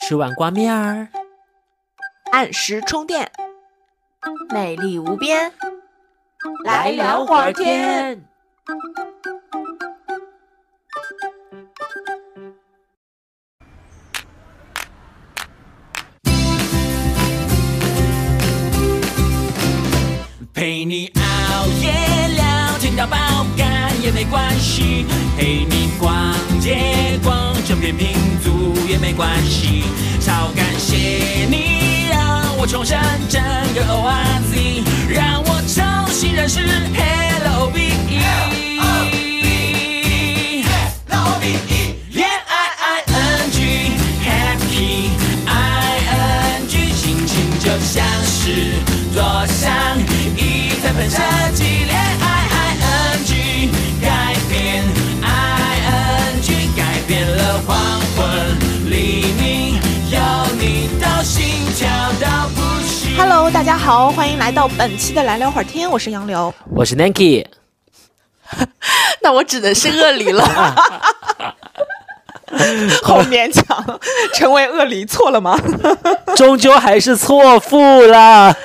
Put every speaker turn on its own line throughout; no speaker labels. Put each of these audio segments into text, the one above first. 吃碗挂面儿。
按时充电，魅力无边，
来聊会儿天。
陪你熬夜聊天到爆肝也没关系，陪你逛街逛整片民族也没关系，超感谢你让我重生整个 ORZ，让我重新认识 E LOBE。恋爱 ing happy ing，心情就像是多香一在喷射机。恋爱 ing 改变 ing 改变了黄昏黎明，有你到心跳到不行。
Hello，大家好，欢迎来到本期的来聊会儿天，我是杨柳。
我是 Nanki，
那我只能是鳄梨了， 好勉强成为鳄梨，错了吗？
终究还是错付了。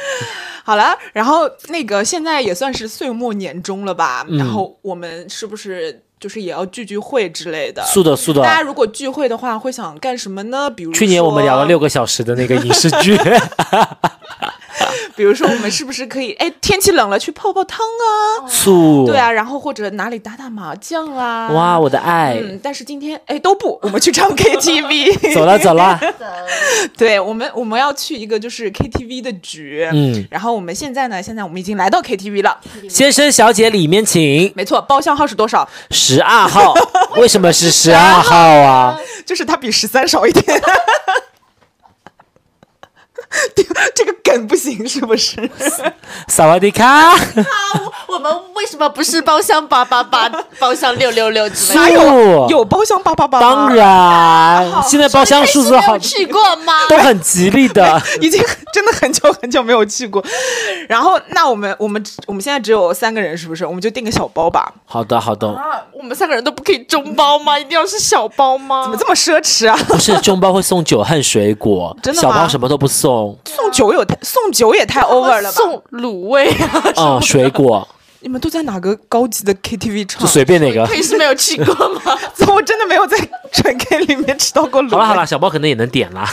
好了，然后那个现在也算是岁末年终了吧，然后我们是不是就是也要聚聚会之类的？
速度速度啊
大，家如果聚会的话，会想干什么呢？比如
去年我们聊了六
个，
个小时的那个影视剧，
比如说我们是不是可以？哎，天气冷了去泡泡汤啊，
速
对啊，然后或者哪里打打麻将啊，
哇，我的爱，
嗯，但是今天哎都不， 我们去唱 KTV。
走了走 了，
对我们我们要去一个就是 KTV 的局，
嗯，
然后我们现在呢，现在我们已经来到 KTV 了，
先生小姐里面请，
没错，包厢号是多少？
十二号，为什么是十二号 啊？
就是它比十三少一点。 对这个梗不行，是不是？
萨瓦迪卡，
我们为什么不是包厢八八八、包厢六六六之类的？
速，
有包厢八八八，
哎当然，现在包厢数字
没
好
哎有去过吗？
都很吉利 的，
已经真的很久很久没有去过。然后，那我们我们我们现在只有三个人，是不是？我们就订个小包吧。
好的好的，
啊，我们三个人都不可以中包吗？一定要是小包吗？
嗯
怎么这么奢侈啊？
不是中包会送酒和水果，
真的
小
吗
包什么都不 送，
送酒有太送酒也太 over 了吧？
送卤味啊？
嗯，水 果
你们都在哪个高级的 KTV 唱？
就随便哪个。
可以是没有去过吗？
我真的没有在纯 K 里面吃到过卤味。
好了好了，小包可能也能点 啦。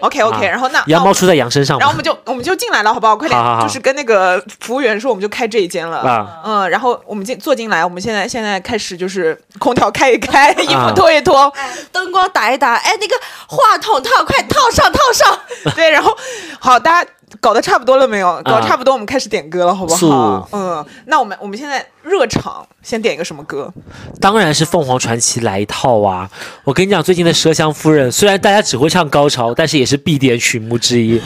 ，OK OK，、
啊
然后那
羊
那我
毛出在羊身上
然后我
嘛
们。就我们就进来了，好不好？快点，
好好好
就是跟那个服务员说，我们就开这一间了。
啊
嗯，然后我们进坐进来，我们现在现在开始就是空调开一开，衣服
啊
脱一脱，
灯光打一打，哎，那个话筒套快套上套上。
对，然后好，大家搞得差不多了没有？搞得差不多，我们开始点歌了，好不好
啊速？
嗯，那我们我们现在热场先点一个什么歌？
当然是凤凰传奇来一套啊！我跟你讲，最近的《佘祥夫人》，虽然大家只会唱高潮，但是也是必点曲目之一。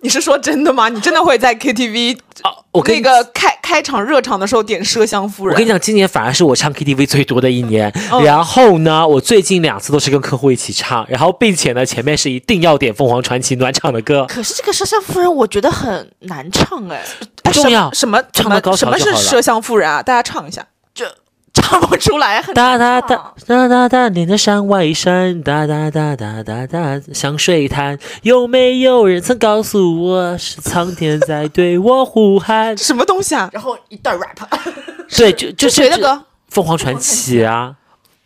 你是说真的吗？你真的会在 KTV
啊，我跟
那
你
个开开场热场的时候点《麝香夫
我
人
跟》你？讲，今年反而是我唱 KTV 最多的一年。
哦
然后呢，我最近两次都是跟客户一起唱，然后并且呢，前面是一定要点凤凰传奇暖场的歌。
可是这个《麝香夫人》我觉得很难唱哎，
不重要
什么什
唱
么
到高
什
潮
么
就是好了
麝香夫人啊？大家唱一下。
就唱不出来，很
哒哒
难唱
哦
哒哒哒哒，你的山外山，哒哒哒哒哒哒，像水潭。有没有人曾告诉我，是苍天在对我呼喊？
什么东西啊？
然后一 段 rap，
对，就就
谁的
就
歌？
凤凰传奇啊。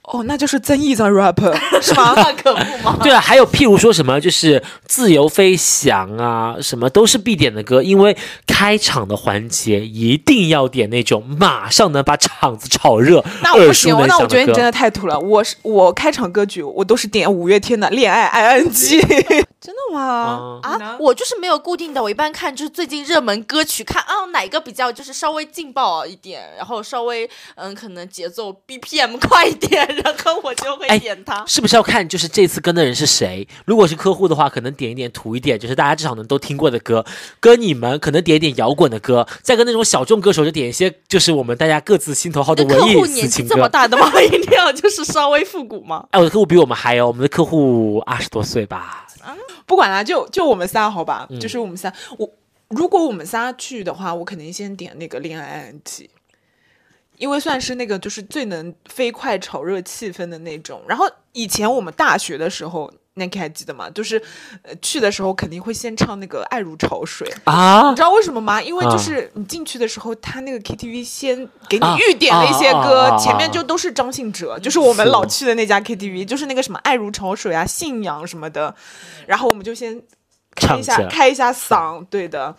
哦，那就是曾毅在 rap 是吗？
那可不吗？
对啊，还有譬如说什么，就是自由飞翔啊，什么都是必点的歌，因为开场的环节一定要点那种马上能把场子炒热、
那我不
耳熟
行，
能
那我
详
觉得你
歌
真。的太土了。我是我开场歌曲我都是点五月天的《恋爱 ING》，真 的吗？
嗯
啊，我就是没有固定的，我一般看就是最近热门歌曲，看啊哪个比较就是稍微劲爆一点，然后稍微嗯可能节奏 BPM 快一点，然后我就会
哎
点 它。
是不是要看就是这次跟的人是谁？如果是客户的话，可能点一点土一点，就是大家至少能都听过的歌；跟你们可能点一点摇滚的歌，再跟那种小众歌手就点一些就是我们大家各自心头好的
那客
文艺
户
词
年纪
情
这么
歌。
大的吗？一定要就是稍微复古吗？
哎，我的客户比我们还哦，我们的客户二十多岁吧。
不管啦，就就我们仨好吧，就是我们仨。我如果我们仨去的话，我肯定先点那个《恋爱 ING》。因为算是那个就是最能飞快炒热气氛的那种。然后以前我们大学的时候， Nike 还记得吗？就是呃去的时候肯定会先唱那个《爱如潮水》，
啊
你知道为什么吗？因为
啊
就是你进去的时候，他那个 KTV 先给你
啊
预点了一些
啊
歌
啊啊，啊
前面就都是张信哲，就是我们
是
老去的那家 KTV，就是那个什么《爱如潮水》啊、《信仰》什么的，然后我们就先开
唱
一
起
下
来
开一下嗓，对的，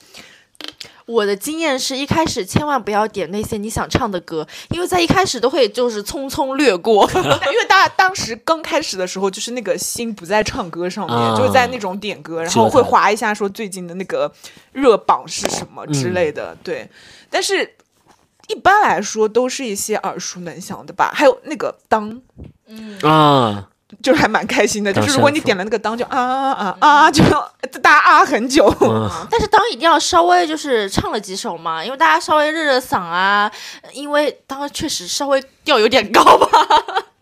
我的经验是一开始千万不要点那些你想唱的歌，因为在一开始都会就是匆匆略过。
因为大家当时刚开始的时候，就是那个心不在唱歌上面，
啊
就是在那种点歌，然后会划一下说最近的那个热榜是什么
嗯
之类的，对。但是一般来说都是一些耳熟能详的吧，还有那个当。
啊！
就是还蛮开心的，就
当
是如果你
山
点了那个当就啊啊啊啊，就大家啊很久，
但是当一定要稍微就是唱了几首嘛，因为大家稍微热热嗓啊，因为当确实稍微调有点高吧。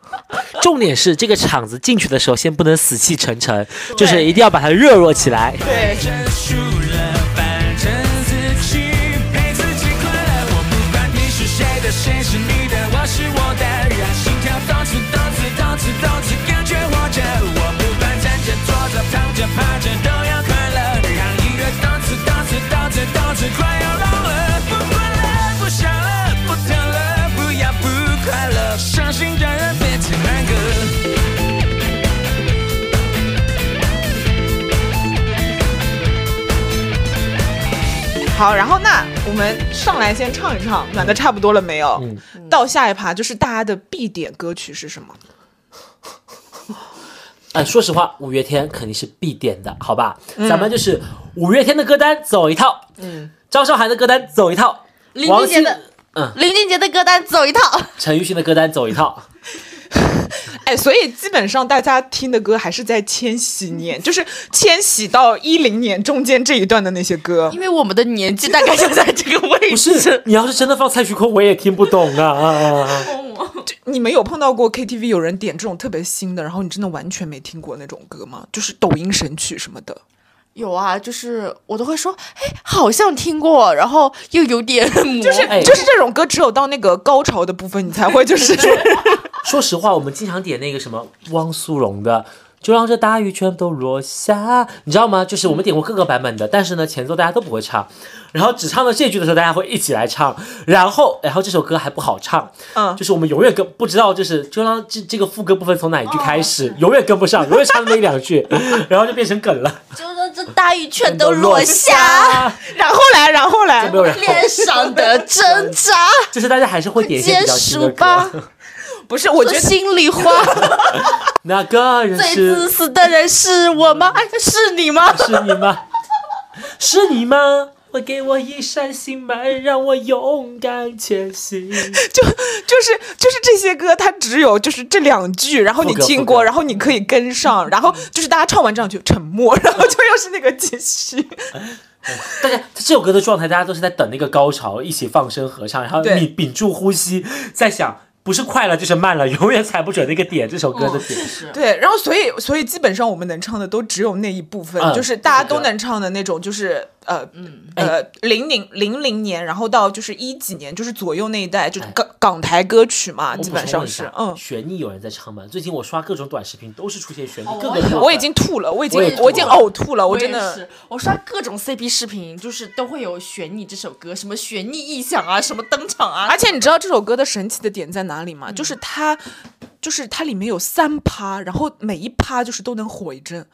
重点是这个场子进去的时候，先不能死气沉沉，就是一定要把它热络起 来。
对，
真输了，反正自己陪自己快乐。我不管你是谁的，谁是你的，我是我的。让心跳动次动次动次动次，感觉活着。我不管站着、坐着、躺着、趴着，都要快乐。让音乐动次动次动次动次，快要聋了。不管了，不想了，不疼了，不要不快乐。伤心的人别听慢歌。
好，然后那我们上来先唱一唱，暖的差不多了没有？到下一趴就是大家的必点歌曲是什么？
哎，说实话，五月天肯定是必点的，好吧？咱们就是五月天的歌单走一套，嗯，张韶涵的歌单走一套，
林
王
俊杰
心
的，林俊杰的歌单走一套。
陈奕迅的歌单走一套，
哎，所以基本上大家听的歌还是在千禧
嗯
年，就是千禧到一零年中间这一段的那些歌
因。为我们的年纪大概就在这个位
不
置。
是？你要是真的放蔡徐坤，我也听不懂啊啊啊 啊啊！
你们有碰到过 KTV 有人点这种特别新的，然后你真的完全没听过那种歌吗？就是抖音神曲什么的。
有啊，就是我都会说，哎，好像听过，然后又有点 模
就是、
哎
就是这种歌，只有到那个高潮的部分，你才会就是
说实话，我们经常点那个什么汪苏泷的。就让这大雨全都落下，你知道吗？就是我们点过各个版本的，但是呢，前奏大家都不会唱，然后只唱到这句的时候，大家会一起来唱，然后，然后这首歌还不好唱，
嗯
就是我们永远跟不知道，就是就让这这个副歌部分从哪一句开
哦
始，永远跟不上，永远唱那一 两句，然后就变成梗了，
就让这大雨全都落下，，
然后来，然后来
就没。有人后，
恋上的挣扎，
就是大家还是会点一些
结
比较新的
束
歌，
吧，
不是，我觉
说
得
心里 话，
那个人
最
是
自私的人是我吗？哎，是你吗？
是你吗？是你吗？会给我一扇心门，让我勇敢前行。
就就是就是这些歌，它只有就是这两句，然后你
副歌
听
副
过，
歌嗯
然后你可以跟上，然后就是大家唱完这两句沉默，然后就又是那个 继续。
大家这首歌的状态，大家都是在等那个高潮，一起放声合唱，然后
对
你屏住呼吸，在想不是快了就是慢了，永远踩不准那个点。这首歌的点，
对，然后所以所以基本上我们能唱的都只有那一部分，
嗯
就是大家都
是的
能唱的那种，就是呃、
哎
呃零零零零年，然后到就是一几年，就是左右那一代，就是
哎
港港台歌曲嘛，
我
基
补
本
充
上
一
是
下，
嗯。
旋逆有人在唱吗？最近我刷各种短视频，都是出现旋逆，
哦
各
我
个
也
地方
我已经吐了，我已经
我也吐了
我已经呕吐了，我
也
真的
是，我刷各种 CP 视频，就是都会有《旋逆》这首歌，什么《旋逆异响》啊，什么登场啊，
而且你知道这首歌的神奇的点在哪里
嗯
吗？就是它，就是它里面有三趴，然后每一趴就是都能火一阵，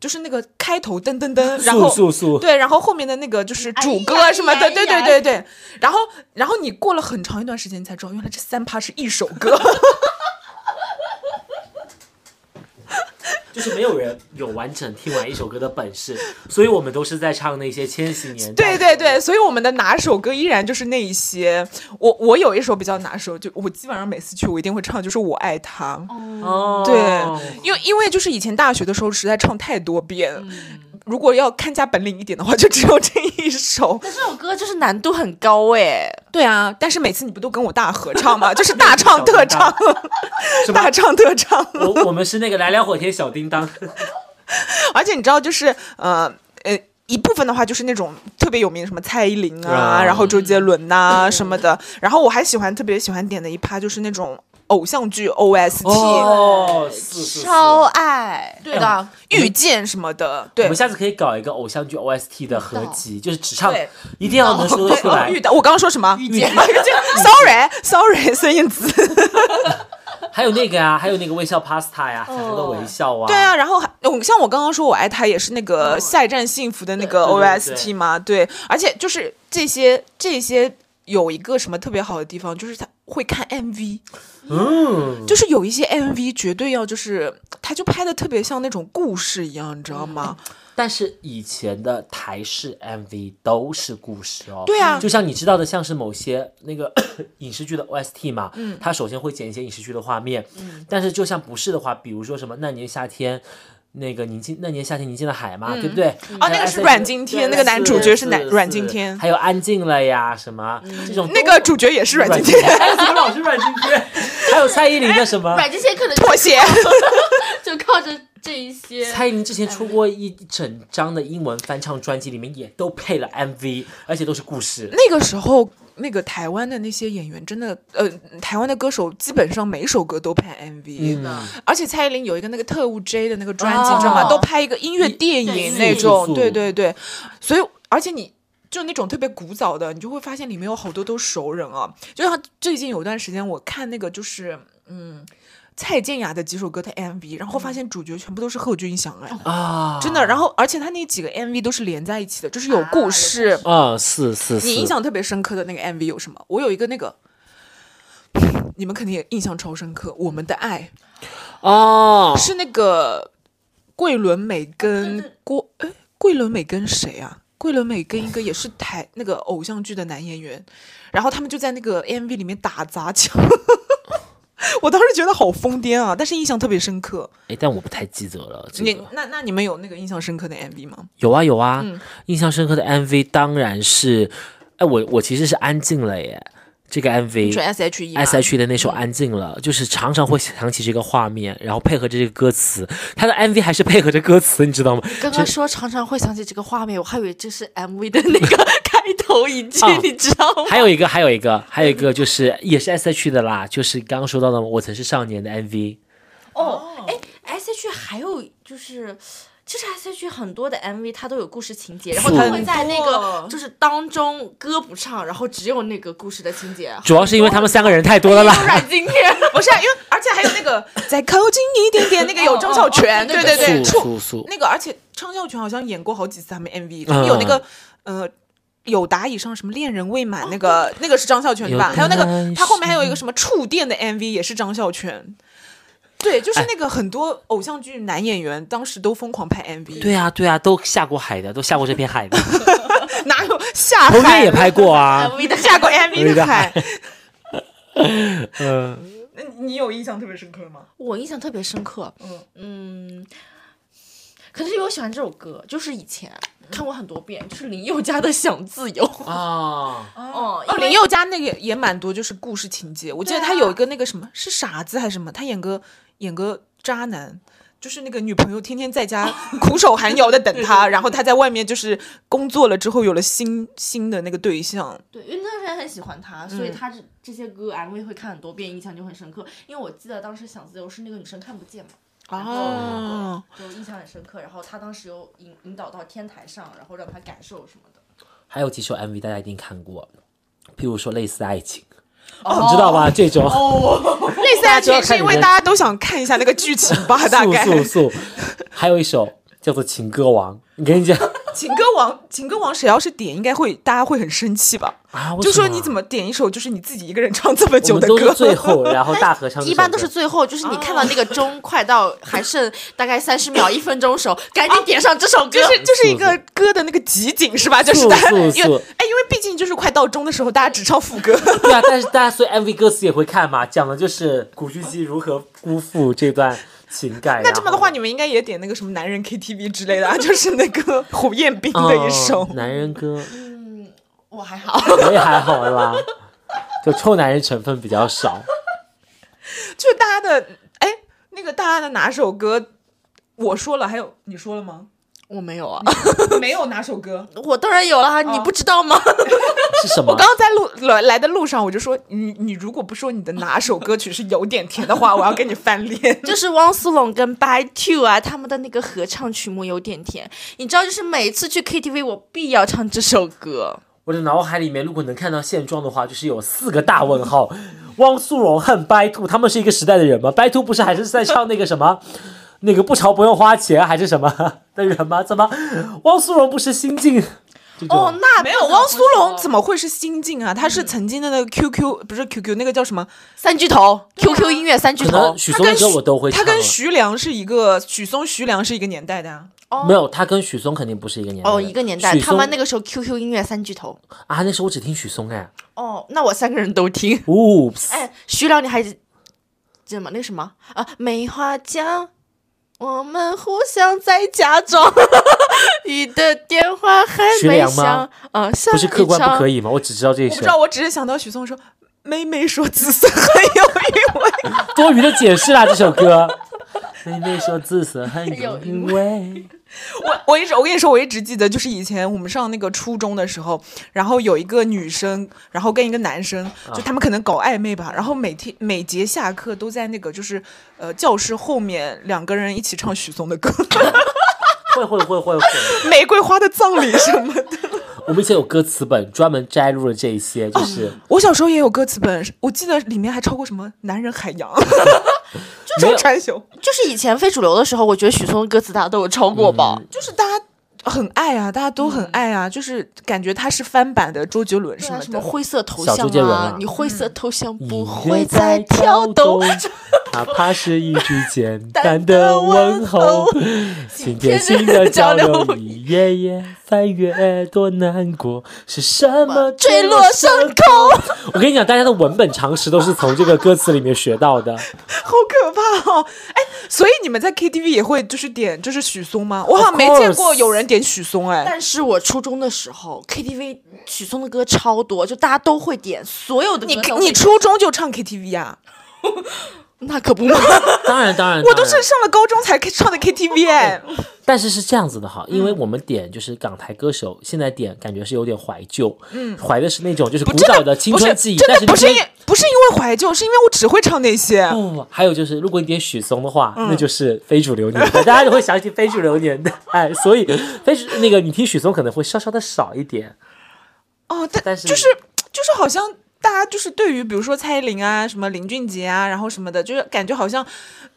就是那个开头噔噔 噔，然后
嗯速速
对，然后后面的那个就是主
哎
歌
呀
什么
哎
的，
呀
对
哎
对
呀
对对，然后然后你过了很长一段时间，你才知道原来这三趴是一首歌，
就是没有人有完整听完一首歌的本事，所以我们都是在唱那些千禧年代。
对对对，所以我们的拿手歌依然就是那一些，我我有一首比较拿手，就我基本上每次去我一定会唱，就是我爱他，
哦，
对，因为因为就是以前大学的时候实在唱太多遍，
嗯
如果要看家本领一点的话，就只有这 一首。
这首歌就是难度很高哎，
对啊，但是每次你不都跟我大合唱 吗？就是大唱特唱，大唱特唱。
我我们是那个来聊火天小叮 当，
而且你知道，就是呃呃，一部分的话就是那种特别有名的什么蔡依林啊，
啊嗯
然后周杰伦呐、什么的。然后我还喜欢特别喜欢点的一趴就是那种偶像剧 OST，、
哦，是是是。
超爱，哎
对
的
的，，遇见什么的，
我
对
们。下次可以搞一个偶像剧 OST 的合集，就是只唱
对，
一定要能说得
对
出来
哦，。遇到我刚刚说什么？遇
见
，sorry，sorry，孙燕姿。
还有那个呀，还有那个微笑 pasta 呀，海上的微笑啊。
哦
嗯
对啊，，然后还我像我刚刚说我爱他也是那个下一站幸福的那个
对对对
OST 嘛，对，而且就是这些这些有一个什么特别好的地方，就是他会看 MV，
嗯，
就是有一些 MV 绝对要就是他就拍的特别像那种故事一样，你知道吗？
但是以前的台式 MV 都是故事哦。
对啊
就像你知道的，像是某些那个 影视剧的 OST 嘛，嗯，它首先会剪一些影视剧的画面，嗯，但是就像不是的话，比如说什么那年夏天。那个宁静，那年夏天宁静的海嘛，对不对？还有
嗯哦那个是
SH
阮经天
对
那个男主角是男
是
阮经天嗯
还有安静了呀，什么这种
那个主角也是阮经天，
天，哎怎么老是阮经天？还有蔡依林的什 么？
阮这些可能
妥协。
就靠着这一些，
蔡依林之前出过一整张的英文翻唱专辑，里面也都配了 MV，而且都是故事。
那个时候，那个台湾的那些演员真的，呃，台湾的歌手基本上每首歌都拍 MV，、而且蔡依林有一个那个特务 J 的那个专辑，
哦
你知道吗？都拍一个音乐电
对
影那
艺术
种，
剧
对对对，所以而且你。就那种特别古早的，你就会发现里面有好多都熟人啊。就像最近有段时间，我看那个就是嗯蔡健雅的几首歌的 MV，然后发现主角全部都是贺军翔哎，
啊，
真的。然后而且他那几个 MV 都是连在一起的，就是有故事，
啊，是是是，
你印象特别深刻的那个 MV 有什么？我有一个那个，你们肯定也印象超深刻，《我们的爱
哦》，
是那个桂纶镁跟郭哎，桂纶镁跟谁啊？桂纶镁跟一个也是台那个偶像剧的男演员，然后他们就在那个 MV 里面打砸抢， 我当时觉得好疯癫啊，但是印象特别深刻。
哎，但我不太记得了。这
你嗯
个
那那你们有那个印象深刻的 MV 吗？
有啊有啊，印象深刻的 MV 当然是，哎，我我其实是安静了耶，这个 MV
选 S.H.E 吗
S H E 的那首《安静了》就是常常会想起这个画面，然后配合着这个歌词，它的 MV 还是配合着歌词，你知道吗？
刚刚说常常会想起这个画面，我还以为这是 MV 的那个 开头一句
啊，
你知道 吗？
还有一个，还有一个，还有一个就是也是 S H 的啦，就是刚刚说到的《我曾是少年》的 MV。
哦，哎，S H 还有就是。其实 S H 很多的 MV 它都有故事情节，然后它会在那个就是当中歌不唱，然后只有那个故事的情节。
主要是因为他们三个人太多了啦
还。有阮经天，
不是啊、因为而且还有那个再靠近一点点，那个有张小
哦
泉，
哦哦
对对对，
素
处
素素
那个，而且张孝全好像演过好几次他们 MV，、
嗯哦
有那个呃。有达以上什么恋人未满那个、那个是张孝全对吧？还
有
有
达
那
以
个
上
他后面还有一个什么触电的 MV 也是张孝全，对，就是
哎
那个很多偶像剧男演员当时都疯狂拍 MV，、
对啊，对啊，都下过海的，都下过这片海的。
哪有下
彭
海
越也拍过啊。
MV 的
下过 MV 的海？
嗯，
那你有印象特别深刻吗？
我印象特别深刻。嗯可能是因为我喜欢这首歌，就是以前看过很多遍，就是林宥嘉的《想自由》。
啊，
哦
哦，林
宥
宥嘉那个也蛮多，就是故事情节。我记得他
啊
有一个那个什么、是傻子还是什么，他演个演个渣男，就是那个女朋友天天在
哦
家苦守寒窑的等他，然后他在外面就是工作了之后有了新新的那个对象。
对，因为那时候很喜欢他，所以他这这些歌 MV 会看很多遍，印象就很深刻。因为我记得当时《想自由》是那个女生看不见嘛，
哦，
就印象很深刻。然后他当时有引引导到天台上，然后让他感受什么的。
还有几首 MV 大家一定看过，譬如说《类似爱情》，
哦
你知道吧？这种
类似
大家
爱情
都要看
是因为
人
大家都想看一下那个剧情 吧，大
素
概。
素素，还有一首叫做《情歌王》，你跟你讲
情歌王，情歌王，谁要是点，应该会大家会很生气吧？
啊，为
就
什
说
么
你怎么点一首就是你自己一个人唱这么
我
久
们
的
都
歌？
是最 后，然后大合唱这首歌，
一般都是最后，就是你看到那个钟快到 还剩大概三十秒、一分钟的时候，赶紧点上这首歌。
就是就是一
素
个歌的那个集锦是吧？就是大家
素素
因为
素
哎，因为毕竟就是快到终的时候，大家只 唱副歌。
对啊，但是大家所以 MV 歌词也会看嘛，讲的就是古巨基如何辜负这段情感。
那这么的话，
然后
你们应该也点那个什么男人 KTV 之类的， 啊，就是那个胡彦斌的一首
嗯。男人歌，
我还好，
我也还好啦，就臭男人成分比较少。
就大家的哎，那个大家的哪首歌？我说了，还有你说了吗？
我没有啊，
没有哪首
哦
歌？
我当然有了啊，你不知道吗？
是什么？
我刚刚在路来来的路上，我就说你你如果不说你的哪首歌曲是有点甜的话，我要跟你 翻脸。
就是汪苏泷跟 By Two 啊，他们的那个合唱曲目有点甜。你知道，就是每次去 KTV 我必要唱这首歌。
我的脑海里面，如果能看到现状的话，就是有四个大问号：汪苏泷和 By Two，他们是一个时代的人吗？By Two 不是还是在唱那个什么，那个不潮不用花钱还是什么的人吗？怎么汪苏泷不是新晋？就这种
哦，那
没有汪苏
哦
泷怎么会是新晋啊？他是
嗯
曾经的那个 QQ，不是 QQ，那个叫什么？
三巨头，QQ 音乐三巨
可
头
能。许嵩的歌我都会唱啊
他
了。
跟徐良是一个，许嵩、徐良是一个年代的啊。
没有，他跟许嵩肯定不是一个年代的。
哦哦，一个年代，
许嵩
他们那个时候 QQ 音乐三巨头。
啊，那时候我只听许嵩哎。
哦，那我三个人都听。
Oops，
哎，徐良，你还这么那个什么啊？梅花江，我们互相在假装。 你的电话还
徐
没
良吗
响，啊，下
不是客观不可
以。
以吗？我只知道这一
我不
首
知。道，我只是想到许嵩说，妹妹说自私很有韵味。
多余的解释啦，这首 歌。妹妹说自私很有韵味。
我我一直我跟你说，我一直记得，就是以前我们上那个初中的时候，然后有一个女生，然后跟一个男生，
啊
就他们可能搞暧昧吧，然后每天每节下课都在那个就是呃教室后面两个人一起唱许嵩 的歌，
会会会会会。
《玫瑰花的葬礼》什么的。
我们以前有歌词本，专门摘录了这一些，就是
我小时候也有歌词本，我记得里面还超过什么“男人海 洋”，
没
周
有
传雄，
就是以前非主流的时候，我觉得许嵩的歌词大家都有超过吧。
嗯
就是大家。很爱啊，大家都很爱啊，就是感觉他是翻版的周杰伦
嗯对
什
啊
么
什么
的。
灰色头
小
像
周杰伦
啊
啊，嗯
你灰色头像不
音
会
乐
再跳动。，
哪怕是一句简单的问候，今天新的交流，一夜夜翻越多难过，是什么
坠落上空，
我跟你讲，大家的文本常识都是从这个歌词里面学到的。
好可怕哦！哎，所以你们在 KTV 也会就是点就是许嵩吗？我好像
Of
没见过
course
有人点许嵩哎。
但是我初中的时候，KTV 许嵩的歌超多，就大家都会点，所有的
你
歌都会
你
点
初中就唱 KTV 啊？
那可不嘛，
当然，当然，
我都
当然
是上了高中才唱的 KTV 哎。
但是是这样子的哈，因为我们点就是港台歌手，现在点感觉是有点怀旧，嗯，怀的是那种就是古
不真
早
的
的青
不是
春记忆，
真
但是
的
你
不是
可以
因不是因为怀旧，是因为我只会唱 那些。
啊
不不不，哦还有就是，如果你点许嵩的话，
嗯
那就是非主流年 代，大家就会想起非主流年代。 哎，所以非主那个你听许嵩可能会稍稍的少一点，
哦，
但是
就是就是好像大家就是对于比如说蔡依林啊、什么林俊杰啊，然后什么的，就是感觉好像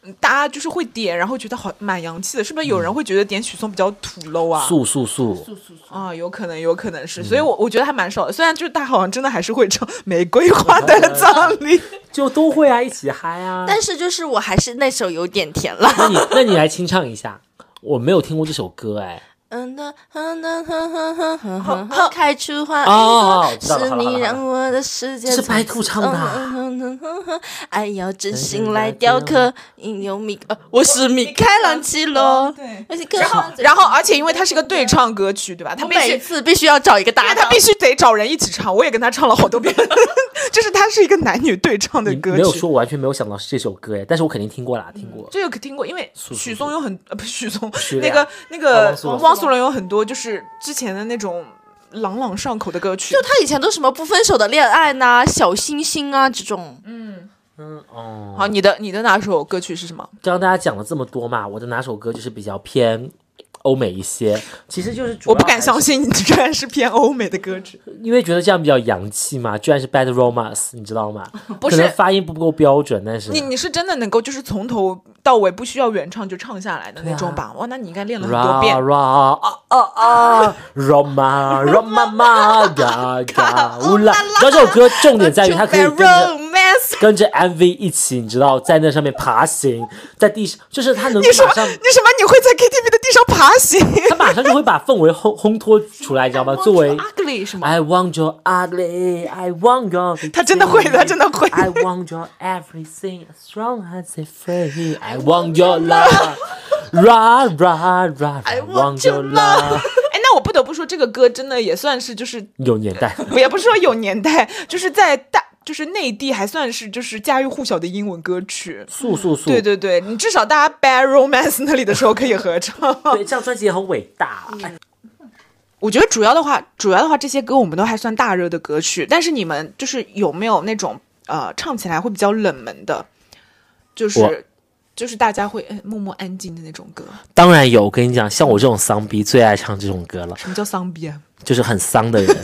嗯大家就是会点，然后觉得好蛮洋气的，是不是？有人会觉得点许嵩比较土 low 啊？
嗯素嗯素素，
啊、有可能，有可能是，所以我我觉得还蛮少的。虽然就是大家好像真的还是会唱《玫瑰花 的葬礼》
就都会啊，一起嗨啊。
但是就是我还是那首有点甜了。
那你那你来清唱一下，我没有听过这首歌 哎。
嗯的，嗯的，哼哼哼哼哼哼，开出花
哦
一
我知
朵
道了好了好
是你
了
让我的世界
这是
从
白兔
此
唱的啊
嗯哼哼哼哼爱要真心
嗯
来
嗯
雕
嗯
刻，因有米，呃，我是米开朗基罗。
对。
而且更好，
然后，而且因为它是个对唱歌曲，对吧？它
我
必
每
须
一次必须要找一个搭
他
档。
必须得找人一起唱，我也跟他唱了好多遍， 就是他是一个男女对唱的
你
嗯歌
没有
曲
说，。我完全没有想到是这首歌哎，但是我肯定听过
嗯
啦，听过。
这个听过，因为
素
许
素
嵩有很 呃不是许
徐
嵩那
良
个那
啊
个
汪苏泷
汪苏泷有很多就是之前的那种朗朗上口的歌曲
就，他以前都什么不分手的恋爱呐、小星星啊这种，
嗯哦，
好，你的你的哪首歌曲是什么？
刚刚大家讲了这么多嘛，我的哪首歌就是比较偏欧美一些，其实就是主
我不
要还
敢
是啊
相信你居然是偏欧美的歌曲，
因为觉得这样比较洋气嘛，居然是 Bad Romance，你知道吗？
不
可能
是
发音不够标准，但是
你你是真的能够就是从头到尾不需要原唱就唱下来的那种
对啊
吧？哇，那你应该练了很多
ra
遍
ra 啊啊 啊 Roma Roma ma ga ga 乌拉，然后这首歌重点在于它可以跟着
romance，
跟着 MV 一起，你知道，在那上面爬行，在地上，就是它能
你什么
马上。
你什么你会在 KTV 的地上爬行
它马上就会把氛围烘烘托出来，你知道吗？作 为
ugly 什么？
I want your ugly, I want your。
他真的会他真的会
I want your everything, as strong as a free. I want your love. Ra ra ra, I want your love。
哎，那我不 得不说，这个歌真的也算是就是
有年代，
也不是说有年代，就是在大。就是内地还算是就是家喻户晓的英文歌曲。
素素素，
对对对，你至少大家 Bad Romance 那里的时候可以合唱。
对，这张专辑也很伟大。
嗯
哎
我觉得主要的话，主要的话，这些歌我们都还算大热的歌曲，但是你们就是有没有那种呃唱起来会比较冷门的，就
我
是就是大家会、哎、默默安静的那种歌？
当然有，我跟你讲，像我这种丧逼最爱唱这种歌了，
什么叫丧逼啊？
就是很丧 的人。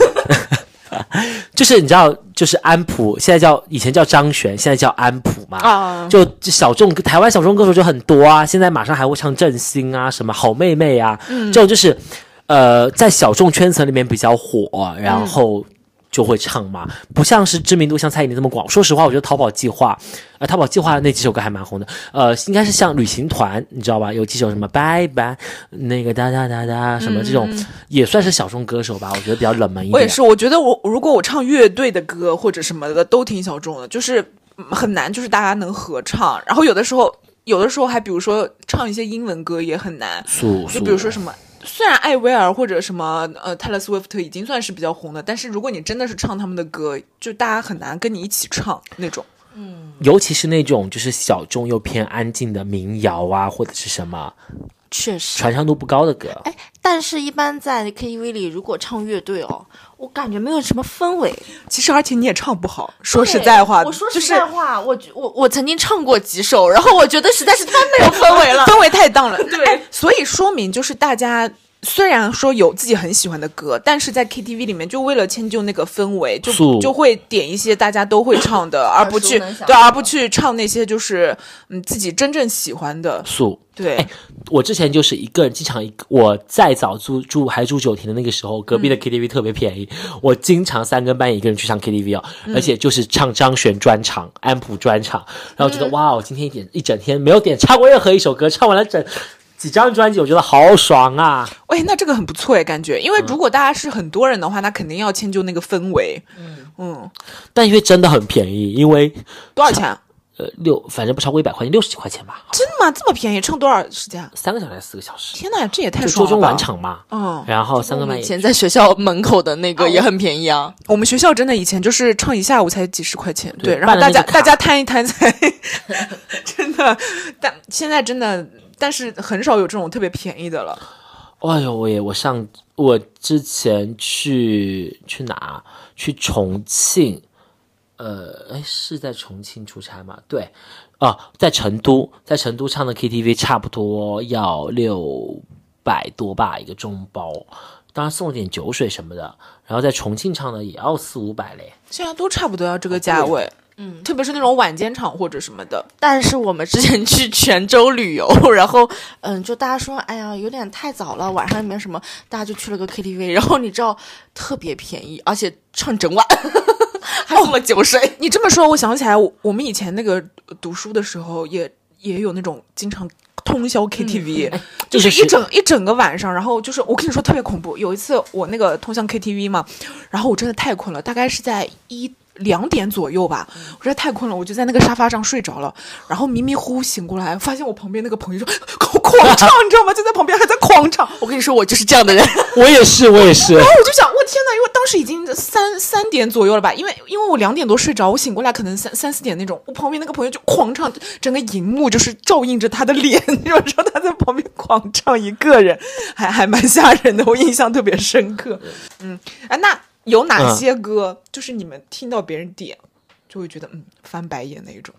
就是你知道，就是安普，现在叫以前叫张悬，现在叫安普嘛。
啊
就就小众台湾小众歌手就很多啊，现在马上还会唱振兴啊，什么好妹妹啊，
嗯
这种就是呃在小众圈层里面比较火，
嗯
然后就会唱嘛，不像是知名度像蔡依林那么广。说实话，我觉得逃跑计划，呃，逃跑计划的那几首歌还蛮红的，呃，应该是像旅行团，你知道吧？有几首什么拜拜，那个哒哒哒哒什么这种，也算是小众歌手吧，我觉得比较冷门一点。
嗯我也是，我觉得我如果我唱乐队的歌或者什么的都挺小众的，就是嗯很难，就是大家能合唱。然后有的时候，有的时候还比如说唱一些英文歌也很难，
素素，
就比如说什么。虽然艾薇儿或者什么呃泰勒·斯威夫特已经算是比较红的，但是如果你真的是唱他们的歌，就大家很难跟你一起唱那种。
尤其是那种就是小众又偏安静的民谣啊，或者是什么
确实。
传唱度不高的歌。
哎，但是一般在 KTV 里，如果唱乐队哦，我感觉没有什么氛围。
其实而且你也唱不好，说实
对
在话，
我说
就
实
是
在话，我觉我我曾经唱过几首，然后我觉得实在是太没有氛围了。
氛围太荡了。对、所以说明就是大家虽然说有自己很喜欢的歌，但是在 KTV 里面就为了迁就那个氛围，就是就会点一些大家都会唱的，而不去
耳熟能详
对，
的
而不去唱那些就是嗯自己真正喜欢的。
素，
对，
哎我之前就是一个人经常一个，我再早住住还住九亭的那个时候，隔壁
嗯
的 KTV 特别便宜，我经常三更半夜一个人去唱 KTV 哦，
嗯
而且就是唱张悬专场、安普专场，然后
嗯
觉得、哇，我今天一点一整天没有点唱过任何一首歌，唱完了整几张专辑，我觉得好爽啊！
喂、那这个很不错哎，感觉，因为
嗯
如果大家是很多人的话，那肯定要迁就那个氛围。嗯
但因为真的很便宜，因为
多少钱啊？
呃六反正不超过一百块钱，六十几块钱吧，好像
真的吗？这么便宜，唱多少时间啊？
三个小时还是四个小时，
天哪，这也太
就
爽
周
了吧！
中晚场嘛，
嗯
然后三
我
更
们
半
以
夜
前在学校门口的那个也很便宜啊，
我们学校真的以前就是唱一下午才几十块钱，
对
对，然后大家
办了那个卡
大家摊一摊才， 真的，但现在真的，但是很少有这种特别便宜的了。
哎呦喂！我上我之前去去哪？去重庆，呃，哎，是在重庆出差吗？对，哦、在成都，在成都唱的 KTV 差不多要六百多吧，一个中包，当然送了点酒水什么的。然后在重庆唱的也要四五百嘞。
现在都差不多要这个价位，嗯，哦特别是那种晚间场或者什么的，
但是我们之前去泉州旅游，然后嗯，就大家说，哎呀，有点太早了，晚上也没什么，大家就去了个 KTV，然后你知道特别便宜，而且唱整晚，还送了酒水。
你这么说，我想起来，我我们以前那个读书的时候也，也有那种经常通宵 KTV，、就是
这就是
一整一整个晚上。然后就是我跟你说特别恐怖，有一次我那个通宵 KTV 嘛，然后我真的太困了，大概是在一。两点左右吧，
嗯
我实在太困了，我就在那个沙发上睡着了，然后迷迷糊糊醒过来，发现我旁边那个朋友说 狂唱，你知道吗？就在旁边还在狂唱，
我跟你说，我就是这样的人。
我也是，我也 是。
然后我就想，我天呐，因为当时已经三三点左右了吧，因为因为我两点多睡着，我醒过来可能三三四点那种。我旁边那个朋友就狂唱，整个荧幕就是照映着他的脸， 你说说他在旁边狂唱一个人，还还蛮吓人的，我印象特别深刻。嗯，哎，那有哪些歌、就是你们听到别人点就会觉得嗯翻白眼那一种？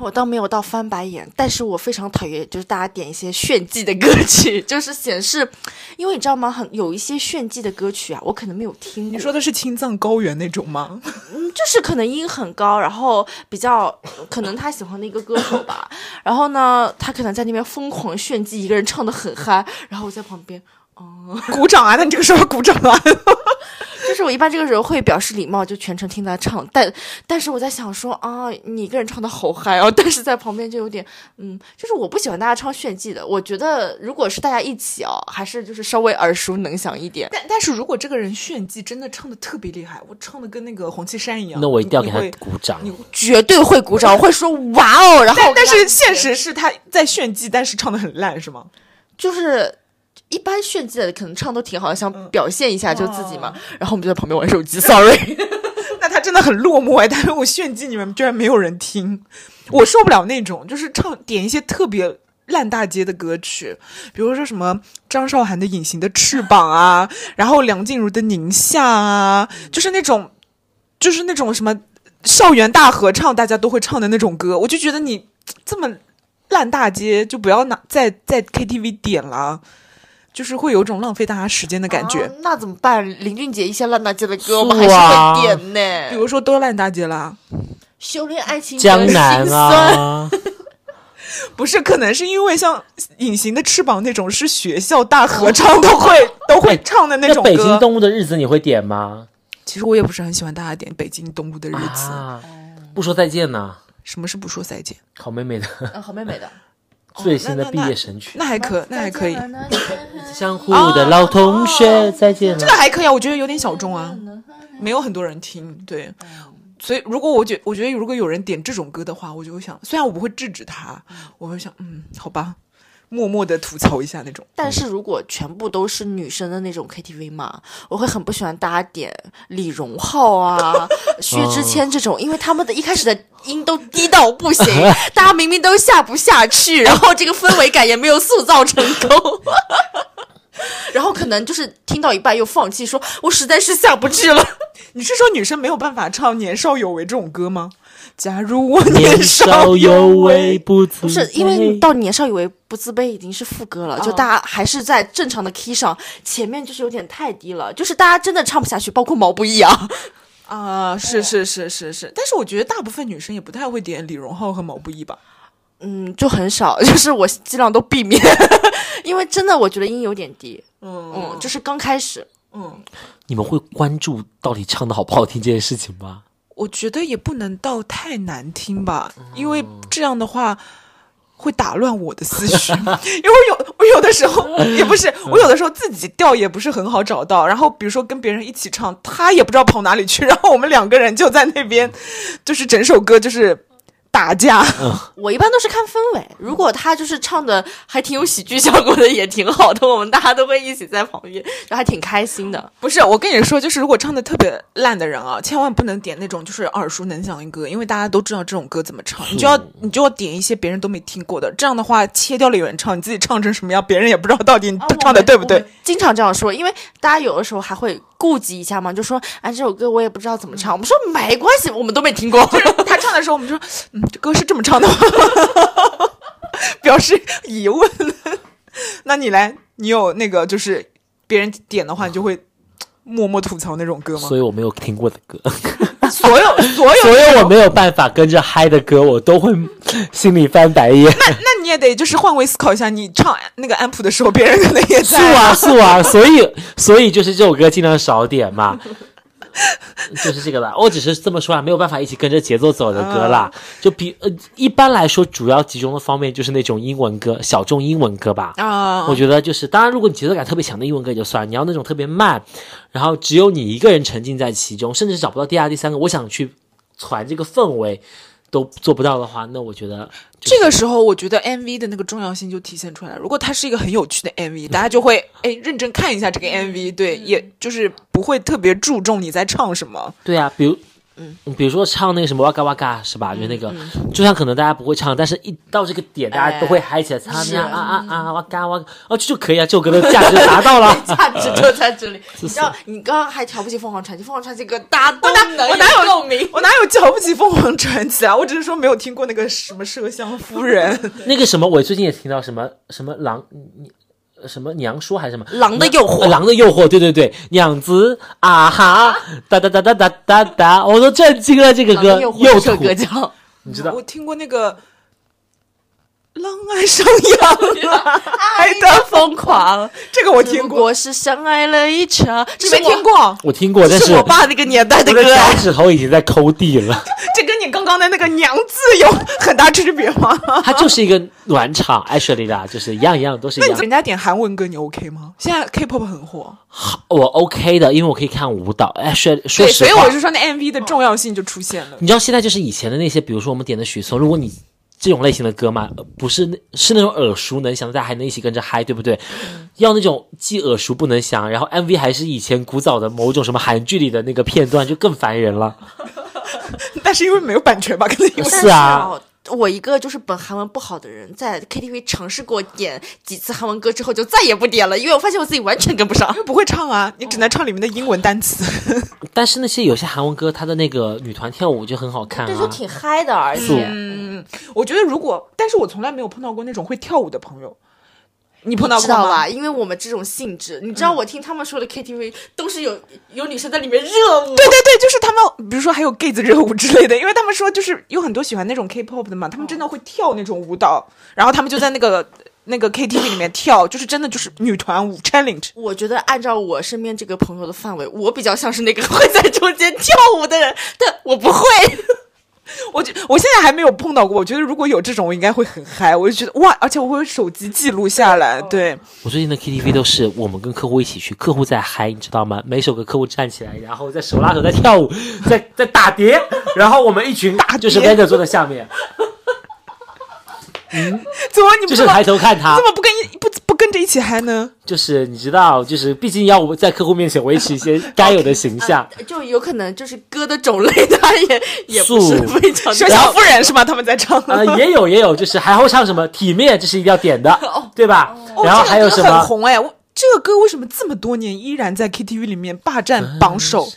我倒没有到翻白眼，但是我非常讨厌，就是大家点一些炫技的歌曲， 就是显示，因为你知道吗？很有一些炫技的歌曲啊，我可能没有听过，
你说的是青藏高原那种吗？
嗯就是可能音很高，然后比较可能他喜欢的一个歌手吧，然后呢，他可能在那边疯狂炫技，一个人唱的很嗨，然后我在旁边。
鼓掌啊！那你这个时候鼓掌啊！
就是我一般这个时候会表示礼貌，就全程听他唱，但但是我在想说啊，你一个人唱的好嗨哦，但是在旁边就有点，嗯，就是我不喜欢大家唱炫技的，我觉得如果是大家一起哦，还是就是稍微耳熟能详一点。
但但是如果这个人炫技真的唱的特别厉害，我唱的跟那个黄绮珊一样，
那我一
你
定要给他
你会
鼓掌。
你
绝对会鼓掌，我会说哇哦，然后
但
我跟
但
他
是现实是他在炫技，但是唱的很烂，是吗？
就是一般炫技的可能唱都挺好，想表现一下就自己嘛，然后我们就在旁边玩手机，sorry。
那他真的很落寞哎，但 是我炫技你们居然没有人听，我受不了那种就是唱点一些特别烂大街的歌曲，比如说什么张韶涵的《隐形的翅膀》啊，然后梁静茹的《宁夏》啊，就是那种就是那种什么校园大合唱大家都会唱的那种歌，我就觉得你这么烂大街就不要拿在在 KTV 点了。就是会有一种浪费大家时间的感觉，
啊那怎么办？林俊杰一些烂大街的歌，我们还
是
是
啊
会点呢。
比如说都烂大街啦，
修炼爱情
江南
心酸，
啊，
不是，可能是因为像《隐形的翅膀》那种是学校大合唱都会都会唱的那
那
种
北京
歌。
动物的日子你会点吗？
其实我也不是很喜欢大家点《北京东路的日子》
啊，不说再见呢，
什么是不说再见？
好妹妹的
哦
嗯，好妹妹的，
最新的
那
毕业神曲，
那还可那还可以，
相互的老同学再见
这
了
个。还可以啊，我觉得有点小众啊，没有很嗯多人听。对，所以如果我觉我觉得如果有人点这种歌的话，我就会想，虽然我不会制止他，我会想，嗯，好吧，默默的吐槽一下那种。
但是如果全部都是女生的那种 KTV 嘛，我会很不喜欢大家点李荣浩 啊、薛之谦这种，因为他们的一开始的音都低到不行，大家明明都下不下去，然后这个氛围感也没有塑造成功。 然后可能就是听到一半又放弃，说我实在是下不去了。
你是说女生没有办法唱《年少有为》这种歌吗？假如我
年
年
少
少
有
有
为
为，
不自
不是嗯因为嗯到年少有为不自卑已经是副歌了，就大家还是在正常的 key 上，前面就是有点太低了，就是大家真的唱不下去，包括毛不易啊。
啊、是是是是是，但是我觉得大部分女生也不太会点李荣浩和毛不易吧。
嗯，就很少， 就是我尽量都避免， 因为真的我觉得音有点低，
嗯
嗯，就是刚开始，
嗯，
你们会关注到底唱的好不好听这件事情吗？
我觉得也不能到太难听吧，因为这样的话会打乱我的思绪。 因为我有我有的时候也不是，我有的时候自己调也不是很好找到，然后比如说跟别人一起唱，他也不知道跑哪里去，然后我们两个人就在那边，就是整首歌就是打架。
我一般都是看氛围，如果他就是唱的还挺有喜剧效果的，也挺好的，我们大家都会一起在旁边，就还挺开心的。
不是，我跟你说，就是如果唱的特别烂的人啊，千万不能点那种就是耳熟能详的歌，因为大家都知道这种歌怎么唱，你就要你就要点一些别人都没听过的，这样的话切掉了有人唱，你自己唱成什么样，别人也不知道到底你
啊我
唱的
们
对不
我
对
们。
经常这样说，因为大家有的时候还会顾及一下嘛，就说哎这首歌我也不知道怎么唱，我们说没关系，我们都没听 过。
他唱的时候，我们就说，嗯，这歌是这么唱的吗？ 表示疑问。那你来，你有那个就是别人点的话，你就会默默吐槽那种歌吗
所？以我没有听过的歌，
所有所 有
所有我没有办法跟着嗨的歌，我都会心里翻白眼。
那你也得就是换位思考一下，你唱那个安普的时候，别人可能也
是
在。
啊，是啊，所以所以就是这首歌尽量少点嘛， 就是这个啦。我只是这么说啊，没有办法一起跟着节奏走的歌
啊
啦。就比呃，一般来说主要集中的方面就是那种英文歌，小众英文歌吧。
啊
我觉得就是，当然，如果你节奏感特别强的英文歌也就算了，你要那种特别慢，然后只有你一个人沉浸在其中，甚至是找不到第二、第三个，我想去传这个氛围都做不到的话，那我觉得
这个时候，我觉得 MV 的那个重要性就体现出来了。如果它是一个很有趣的
嗯
MV，大家就会哎认真看一下这个 MV，对，也就是不会特别注重你在唱什么。
对啊，比如。嗯，比如说唱那个什么哇嘎哇嘎是
嗯
吧？就那个，就算可能大家不会唱，但是一到这个点，大
哎
家都会嗨起来，唱呀啊啊啊哇嘎哇嘎，哦，这就可以啊，这首歌的价值达到 了。
价值就在这里。你知道，你刚刚还瞧不起凤凰传奇，凤凰传奇歌大家都能
哎我哪有
共鸣？
我哪有瞧不起凤凰传奇啊？我只是说没有听过那个什么麝香夫人。
那个什么，我最近也听到什么什么狼，你什么娘说还是什么
狼的诱惑
呃狼的诱惑，对对对，娘子啊哈，哒哒哒哒哒哒哒，我都震惊了，这个歌
又
又
这
土，
歌叫
你知道
我？听过那个浪爱 上羊了，爱的
疯狂，
啊这个我
只
听
不
过，
过是相爱了一场。
你
这
没
是我
听？过？
我听过，但
这是
我
我爸那个年代的
的
歌。
脚趾头已经在抠地了。
这跟你刚刚的那个“娘”字有很大区别 吗？
它就是一个暖场，actually 啦，就是一样一样都是一
那你
样。
人家点韩文歌，你 OK 吗？现在 K-pop 很火，
我 OK 的，因为我可以看舞蹈。哎，说说
对，
实
所以
话
我，就说那 MV 的重要性就出现了。
你知道现在就是以前的那些，比如说我们点的许嵩，如果你这种类型的歌嘛，呃不是那是那种耳熟能详，大家还能一起跟着嗨，对不对？
嗯
要那种既耳熟不能详，然后 MV 还是以前古早的某种什么韩剧里的那个片段，就更烦人了。
但是因为没有版权吧，可能因为
但
是啊
哦我一个就是本韩文不好的人，在 KTV 尝试过点几次韩文歌之后，就再也不点了，因为我发现我自己完全跟不上
因。 为不会唱啊，你只能唱里面的英文单词。
但是那些有些韩文歌，它的那个女团跳舞就很好看
对，就
啊。
挺嗨的，而
素
且
嗯， 我觉得如果，但是我从来没有碰到过那种会跳舞的朋友，你碰到
知
过
道
吗
吧？？因为我们这种性质，你知道，我听他们说的 KTV 都是有有女生在里面热舞，
对对对，就是他们，比如说还有 gay 子热舞之类的，因为他们说就是有很多喜欢那种 K-pop 的嘛，他们真的会跳那种舞蹈，然后他们就在那个那个 KTV 里面跳，就是真的就是女团舞 challenge。
我觉得按照我身边这个朋友的范围，我比较像是那个会在中间跳舞的人，但我不会。
我觉我现在还没有碰到过，我觉得如果有这种，我应该会很嗨，我就觉得哇，而且我会用手机记录下来，对，
我最近的 KTV 都是我们跟客户一起去，客户在嗨，你知道吗？每首歌客户站起来，然后在手拉手在跳舞，在在打碟，然后我们一群就是 leader 坐在下面，
怎么你
就
不
是
怎么
抬头看他
怎，么不跟一不不跟着一起嗨呢？
就是你知道，就是毕竟要我在客户面前维持一些该有的形 象。
就有可能就是歌的种类，他也也不是
素
非常
说
的。
小妇人是吗？他们在唱，
呃，也有也有，就是还会唱什么体面，这是一定要点的，对吧？
哦
然后还有什
这个歌很
么？
红哎，我这个歌为什么这么多年依然在 KTV 里面霸
嗯
占榜首？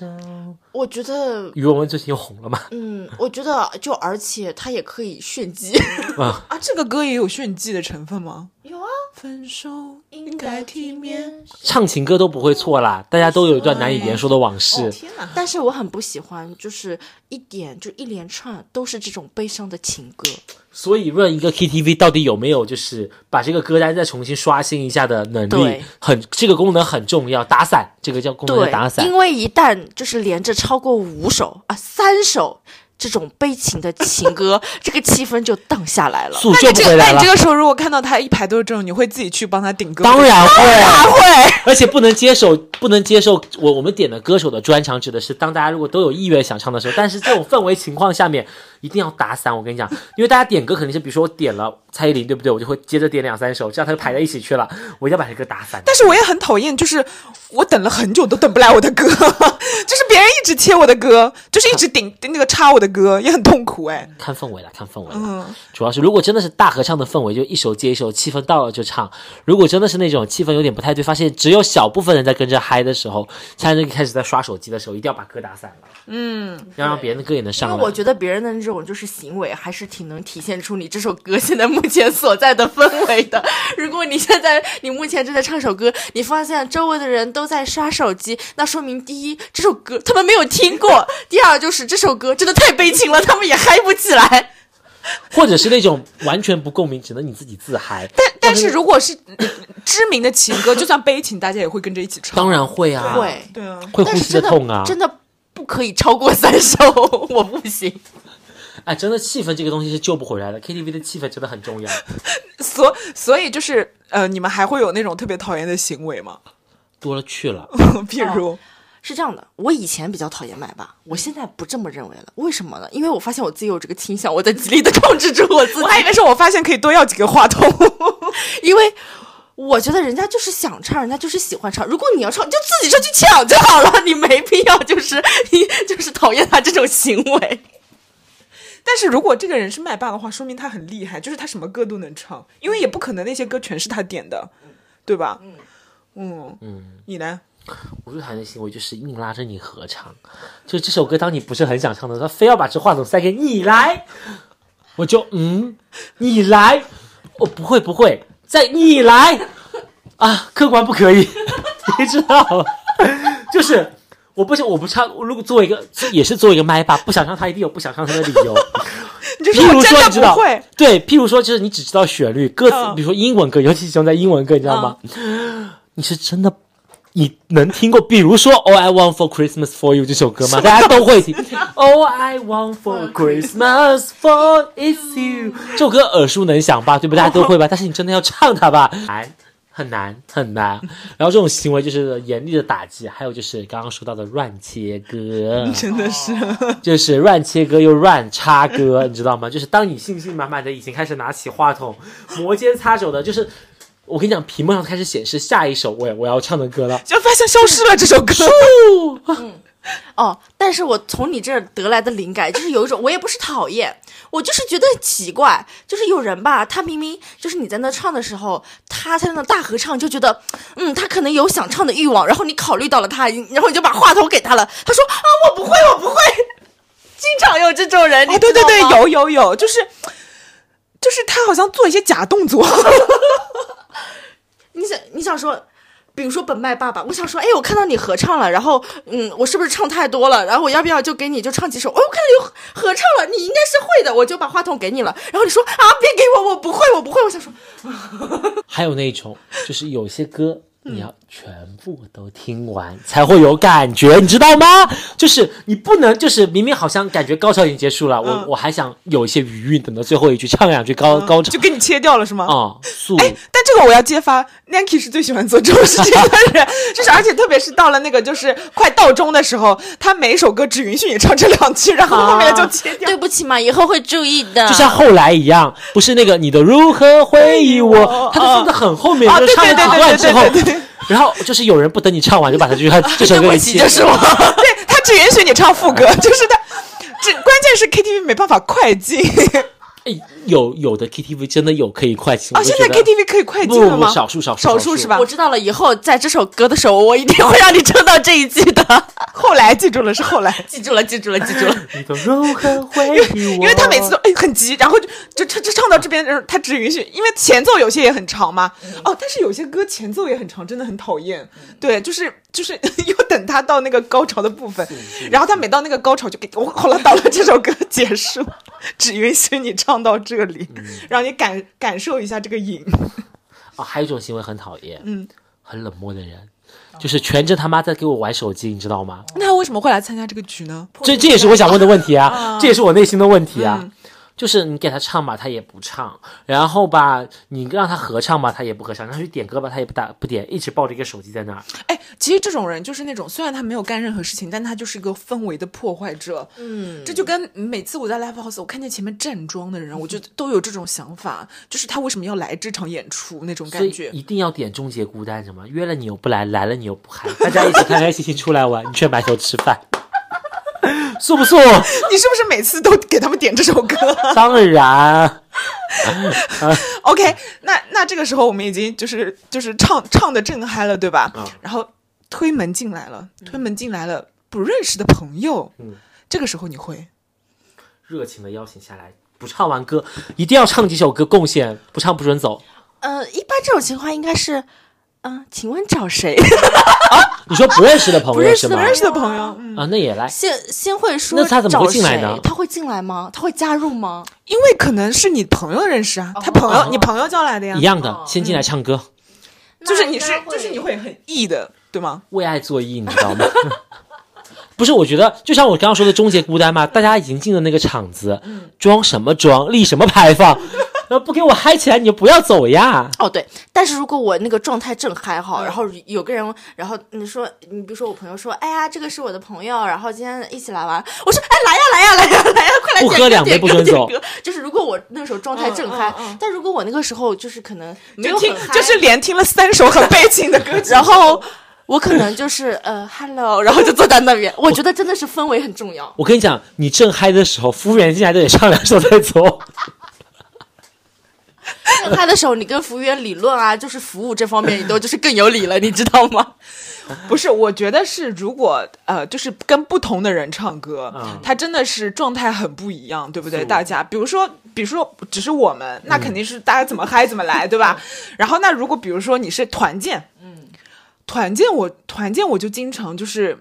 我觉得，
于文文最近又红了嘛？
嗯，我觉得就而且他也可以炫技，
啊，这个歌也有炫技的成分吗？
有啊，
分手应该体面。
唱情歌都不会错啦，大家都有一段难以言说的往事。
哦天哪！
但是我很不喜欢，就是一点就一连串都是这种悲伤的情歌。
所以，run 一个 KTV 到底有没有就是把这个歌单再重新刷新一下的能力
对？
很，这个功能很重要。打伞，这个叫功能叫
对
打，伞
因。为一旦就是连着超过五首啊三首这种悲情的情歌，这个气氛就荡下来了。
速
那
救
你
不
这
回
个，那
来
你
了
这。个时候如果看到他一排都是这种，你会自己去帮他顶歌？
当，然会，
会。
而且不能接受，不能接受我我们点的歌手的专场，指的是当大家如果都有意愿想唱的时候，但是这种氛围情况下面一定要打伞。我跟你讲，因为大家点歌肯定是，比如说我点了蔡依林，对不对？我就会接着点两三首，这样它就排在一起去了。我一定要把这个打散。
但是我也很讨厌，就是我等了很久都等不来我的歌， 就是别人一直切我的歌，就是一直顶那个插我的歌，也很痛苦哎。
看氛围了，看氛围了。
嗯
主要是如果真的是大合唱的氛围，就一首接一首，气氛到了就唱；如果真的是那种气氛有点不太对，发现只有小部分人在跟着嗨的时候，像那个开始在刷手机的时候，一定要把歌打散了。嗯，要让别人的歌也能
因
上
为
来。
我觉得别人的这种就是行为，还是挺能体现出你这首歌现在目前所在的氛围的。如果你现在你目前正在唱首歌，你发现周围的人都在刷手机，那说明第一这首歌他们没有听过，第二就是这首歌真的太悲情了，他们也嗨不起来。
或者是那种完全不共鸣，只能你自己自嗨。
但但是如果是嗯知名的情歌，就算悲情，大家也会跟着一起唱。
当然会啊，
会，
对啊，
会
但
呼
是
吸的
真的
痛啊，
真的不可以超过三首，我不行。
哎，真的气氛这个东西是救不回来的。KTV 的气氛真的很重要。
所所以就是呃，你们还会有那种特别讨厌的行为吗？
多了去了，
譬如、
是这样的，我以前比较讨厌麦霸，我现在不这么认为了。为什么呢？因为我发现我自己有这个倾向，我在极力的控制住我自己。
我还以为是哎我发现可以多要几个 话筒，
因为我觉得人家就是想唱，人家就是喜欢唱。如果你要唱，你就自己上去抢就好了，你没必要就是你就是讨厌他这种行为。
但是如果这个人是麦霸的话，说明他很厉害，就是他什么歌都能唱，因为也不可能那些歌全是他点的，对吧？嗯你呢？
我最讨厌的行为就是硬拉着你合唱，就这首歌当你不是很想唱的时候，他非要把这话筒塞给你来，我就嗯，你来，我不会不会，再你来啊，客观不可以， 你知道吗，就是我不想我不唱，如果作为一个也是作为一个麦霸，不想唱他一定有不想唱他的理由。
你就说
譬
我
如说，你
真
知
的
道
不会，，
对，譬如说，就是你只知道旋律，歌词，
嗯
比如说英文歌，尤其是用在英文歌，你知道吗？ 你是真的，你能听过，比如说《All I Want for Christmas for You》这首歌吗？大家都会听，《All I Want for Christmas for Is You》这首歌耳熟能详吧？对不对？大家都会吧？但是你真的要唱它吧，难，很难，很难。然后这种行为就是严厉的打击，还有就是刚刚说到的乱切歌，
真的是。
就是乱切歌又乱插歌，你知道吗？就是当你信心满满的已经开始拿起话筒，摩肩擦手的，就是我跟你讲，屏幕上开始显示下一首我我要唱的歌了。
就发现消失了这首歌，
哦，但是我从你这儿得来的灵感，就是有一种，我也不是讨厌，我就是觉得很奇怪，就是有人吧，他明明就是你在那唱的时候，他在那大合唱，就觉得，嗯，他可能有想唱的欲望，然后你考虑到了他，你然后你就把话筒给他了，他说啊，我不会，我不会， 经常有这种人，你
哦，对
知
对
道
对，
吗
有有有，就是就是他好像做一些假 动作，
你想你想说，比如说本麦爸爸，我想说，哎，我看到你合唱了，然后嗯，我是不是唱太多了？然后我要不要就给你就唱几首？哦，我看到有合合唱了，你应该是会的，我就把话筒给你了。然后你说啊，别给我，我不会，我不会。我想说，
还有那种，就是有些歌你要全部都听完才会有感觉，你知道吗？就是你不能，就是明明好像感觉高潮已经结束了，
嗯
我我还想有一些余韵，等到最后一句唱两句高高潮
就给你切掉了是吗？
啊，速
哎，但这个我要揭发，Nanki 是最喜欢做这种事情的人， 就是而且特别是到了那个就是快到终的时候，他每首歌只允许你唱这两句，然后后
啊
面的就切掉。
对不起嘛，以后会注意
嗯
的。
就像后来一样，不是那个你的如何回忆
哦
我，他都放在很后面，
啊
就是唱了
对对
几
对
段
对
之后
对对对对，
然后就是有人不等你唱完就把他 这句这首歌给切
就是我，
啊
对他只允许你唱副歌，
哎
就是他，这关键是 KTV 没办法快进
哎有有的 KTV 真的有可以快进
哦，现在 KTV 可以快
不
进了
不不
吗？
少数少数
少
数
数是吧
我知道了，以后在这首歌的时候，我一定会让你唱到这一句的。
后来记住了是后来，
记住了，记住了，记住了。
你的如何回忆我，
因为他每次都哎很急，然后就就就就唱到这边，然后他只允许，因为前奏有些也很长嘛。哦，但是有些歌前奏也很长，真的很讨厌。对，就是就是 又等他到那个高潮的部分，然后他每到那个高潮就给我好了，到了这首歌结束， 只允许你唱到这里，让你感感受一下这个瘾。
啊，还有一种行为很讨厌，嗯，很冷漠的人，就是全真他妈在给我玩手机，你知道吗？
那他为什么会来参加这个局呢？
这这也是我想问的问题
嗯
啊，这也是我内心的问题啊。就是你给他唱吧，他也不唱；然后吧，你让他合唱吧，他也不合唱；让他去点歌吧，他也不打不点，一直抱着一个手机在那儿。
哎，其实这种人就是那种，虽然他没有干任何事情，但他就是一个氛围的破坏者。嗯，这就跟每次我在 live house，我看见前面站桩的人，我就都有这种想法，就是他为什么要来这场演出那种
所
感
以
觉。
一定要点终结孤单，什么约了你又不来，来了你又不喊，大家一起开开心心出来玩，你却埋头吃饭，素不素？
你是不是每次都给他们点这首歌
当然，
？OK，那那这个时候我们已经就是就是唱唱的正嗨了，对吧？
嗯
然后推门进来了，推门进来了不认识的朋友，
嗯
这个时候你会
热情的邀请下来，不唱完歌，一定要唱几首歌贡献，不唱不准走。
呃，一般这种情况应该是，嗯、请问找谁？
你说不认识的朋
不
友
认
是
识
吗？
的
啊认识的朋友，嗯。
啊，那也来。
先先会说
那他怎么会
找
进来
谁
呢
他会进来吗？他会加入吗？
因为可能是你朋友认识啊，
哦
他朋友、你朋友叫来的呀
一，样的，先进来唱
嗯
歌，
就是你是
那应该
就是你会很 E 的，对吗？
为爱作揖，你知道吗？不是，我觉得就像我刚刚说的终结孤单嘛，大家已经进了那个场子，
嗯
装什么装，立什么牌坊，呃，不给我嗨起来，你就不要走呀。
哦，对，但是如果我那个状态正嗨哈，然后有个人，然后你说，你比如说我朋友说，哎呀，这个是我的朋友，然后今天一起来玩，我说，哎，来呀，来呀，来呀，来呀，快来
不
点歌，
喝两杯
点
不
歌
准
点
走
歌就是如果我那个时候状态正嗨，但如果我那个时候就是可能没有
就听
很嗨，
就是连听了三首很悲情的 歌曲，
然后我可能就是呃，hello，然后就坐在那边，我觉得真的是氛围很重要。
我跟你讲，你正嗨的时候，服务员进来都得唱两首再走。
嗨的时候，你跟服务员理论啊，就是服务这方面，你都就是更有理了，你知道吗？
不是，我觉得是如果呃，就是跟不同的人唱歌，
嗯
他真的是状态很不一样，对不对？
是嗯
大家，比如说，比如说，只是我们，那肯定是大家怎么嗨怎么来，对吧？然后，那如果比如说你是团建，嗯，团建我团建我就经常就是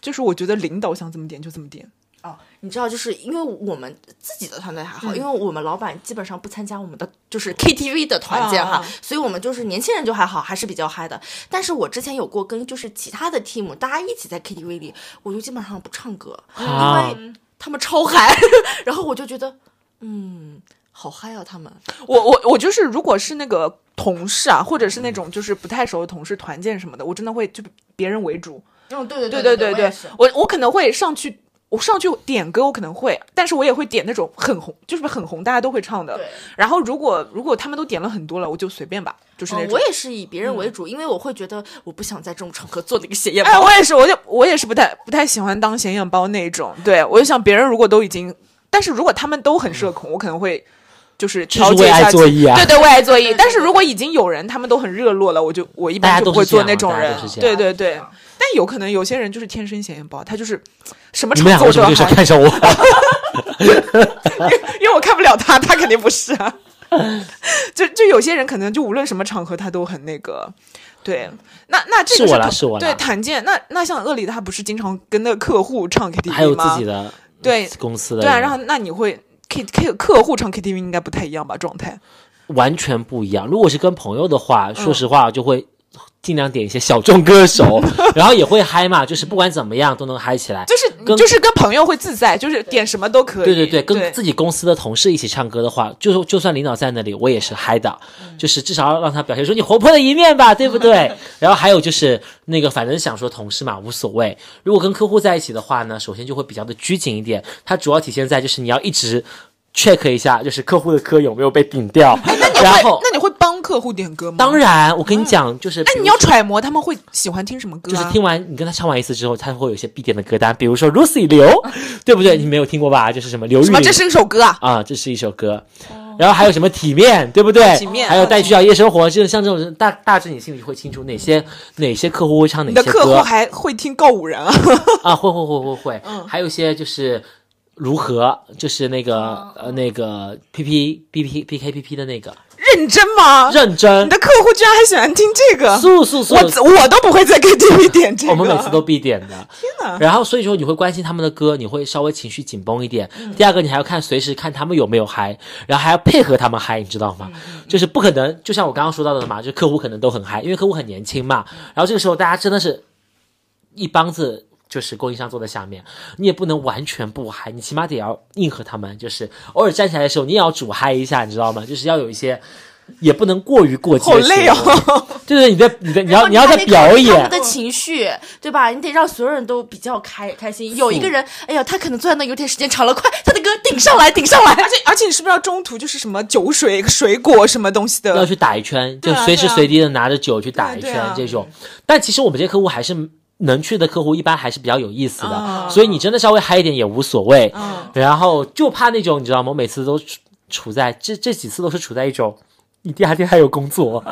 就是我觉得领导想怎么点就怎么点，
哦，你知道，就是因为我们自己的团队还好，因为我们老板基本上不参加我们的就是 KTV 的团建哈，
啊啊啊
所以我们就是年轻人就还好，还是比较嗨的。但是我之前有过跟就是其他的 team 大家一起在 KTV 里，我就基本上不唱歌，
啊
因为他们超嗨， 然后我就觉得，嗯，好嗨啊他们。
我我我就是，如果是那个同事啊，或者是那种就是不太熟的同事团建什么的，我真的会就别人为主。
嗯，对对
对对对对，我我可能会上去我上去点歌，我可能会，但是我也会点那种很红，就是很红，大家都会唱的
对。
然后如果如果他们都点了很多了，我就随便吧，就是那
嗯
种。
我也是以别人为主，因为我会觉得我不想在这种场合做那个显 眼包。
哎，我也是，我就我也是不太不太喜欢当显眼包那种。对我就想别人如果都已经，但是如果他们都很社恐，我可能会就是调节一
为爱
下
作
自己。
艺啊
对对，为爱作
对
艺
对。
但是如果已经有人他们都很热络了，我就我一
大
般
家
就
都
不会
是这
做
样
那种
大家
人
都是。这
对
样
对对，但有可能有些人就是天生显眼包，他就是什么
你
场
们俩为
合
什
都
么这
要
事
好
儿，看上我？
因为我看不了他，他肯定不是啊。 就就有些人可能就无论什么场合他都很那个，对，那那这个
是我啦
同
是我啦
对谭健，那那像鳄梨他不是经常跟那个客户唱 KTV 吗？
还有自己的
对
公司的
对啊，然后那你会 K K 客户唱 KTV 应该不太一样吧？状态
完全不一样。如果是跟朋友的
嗯
话，说实话就会。尽量点一些小众歌 手，然后也会嗨嘛，就是不管怎么样都能嗨起来。
就是
跟
就是跟朋友会自在，就是点什么都可以。
对对对，跟自
己
己公司的同事一起唱歌的话，就就算领导在那里，我也是嗨的，
嗯
就是至少要让他表现出你活泼的一面 吧，对不对？然后还有就是那个，反正想说同事嘛，无所谓。如果跟客户在一起的话呢，首先就会比较的拘谨一点，它主要体现在就是你要一直 check 一下，就是客户的歌有没有被顶掉，然后。
哎那你会帮客户点歌吗？
当，然，我跟你讲，就是比
那
如
你要揣摩他们会喜欢听什么歌、
就
啊，
是听完你跟他唱完一次之后，他会有一些必点的歌单，比如说 Lucy 刘，对不对？你没有听过吧？就是什么刘玉
嗯什么？
玲
这是一首歌啊？
啊，这是一首歌，然后还有什么体面，对不对？
体面
还有带去小夜生活，就是像这种人，大大致你心里会清楚哪些哪些客户会唱哪
你的
些
客户
歌
还嗯会听告五人啊？
啊，会会会会会，还有一些就是如何，就是那
哦
个呃那个 P P B P P K P P 的那个
认啊真吗？
认
你
真
的客户居然还喜欢听这个，
速速速，
我我都不会在 KTV 点这 个。
我们每次都必 点的。然后所以说你会关心他们的歌，你会稍微情绪紧绷一点。
嗯
第二个，你还要看随时看他们有没有嗨，然后还要配合他们嗨，你知道吗？
嗯
就是不可能，就像我刚刚说到的嘛，就客户可能都很嗨，因为客户很年轻嘛。然后这个时候大家真的是一帮子。就是供应商坐在下面，你也不能完全不嗨，你起码得要应和他们，就是偶尔站起来的时候，你也要主嗨一下，你知道吗？就是要有一些，也不能过于过激。
好累！哦，
对对，你在你在你
然
要
后
你要
哦还
在
得考
表
虑他
演
们，的情绪，对吧？你得让所有人都比较开开心。有一个人，哎呀，他可能坐在那有点时间长了，快，他的歌顶上来，顶 上来。
而且而且你是不是要中途就是什么酒水、水果什么东西
要
的？
去打一圈，就
对啊
随时随地的拿着酒去打一
对啊
圈
对啊
这种。但其实我们这些客户还是能去的客户，一般还是比较有意思的，
啊
所以你真的稍微嗨一点也无所谓。
嗯
然后就怕那种你知道吗？我每次都处处在这这几次都是处在一种。你第二天还有工作，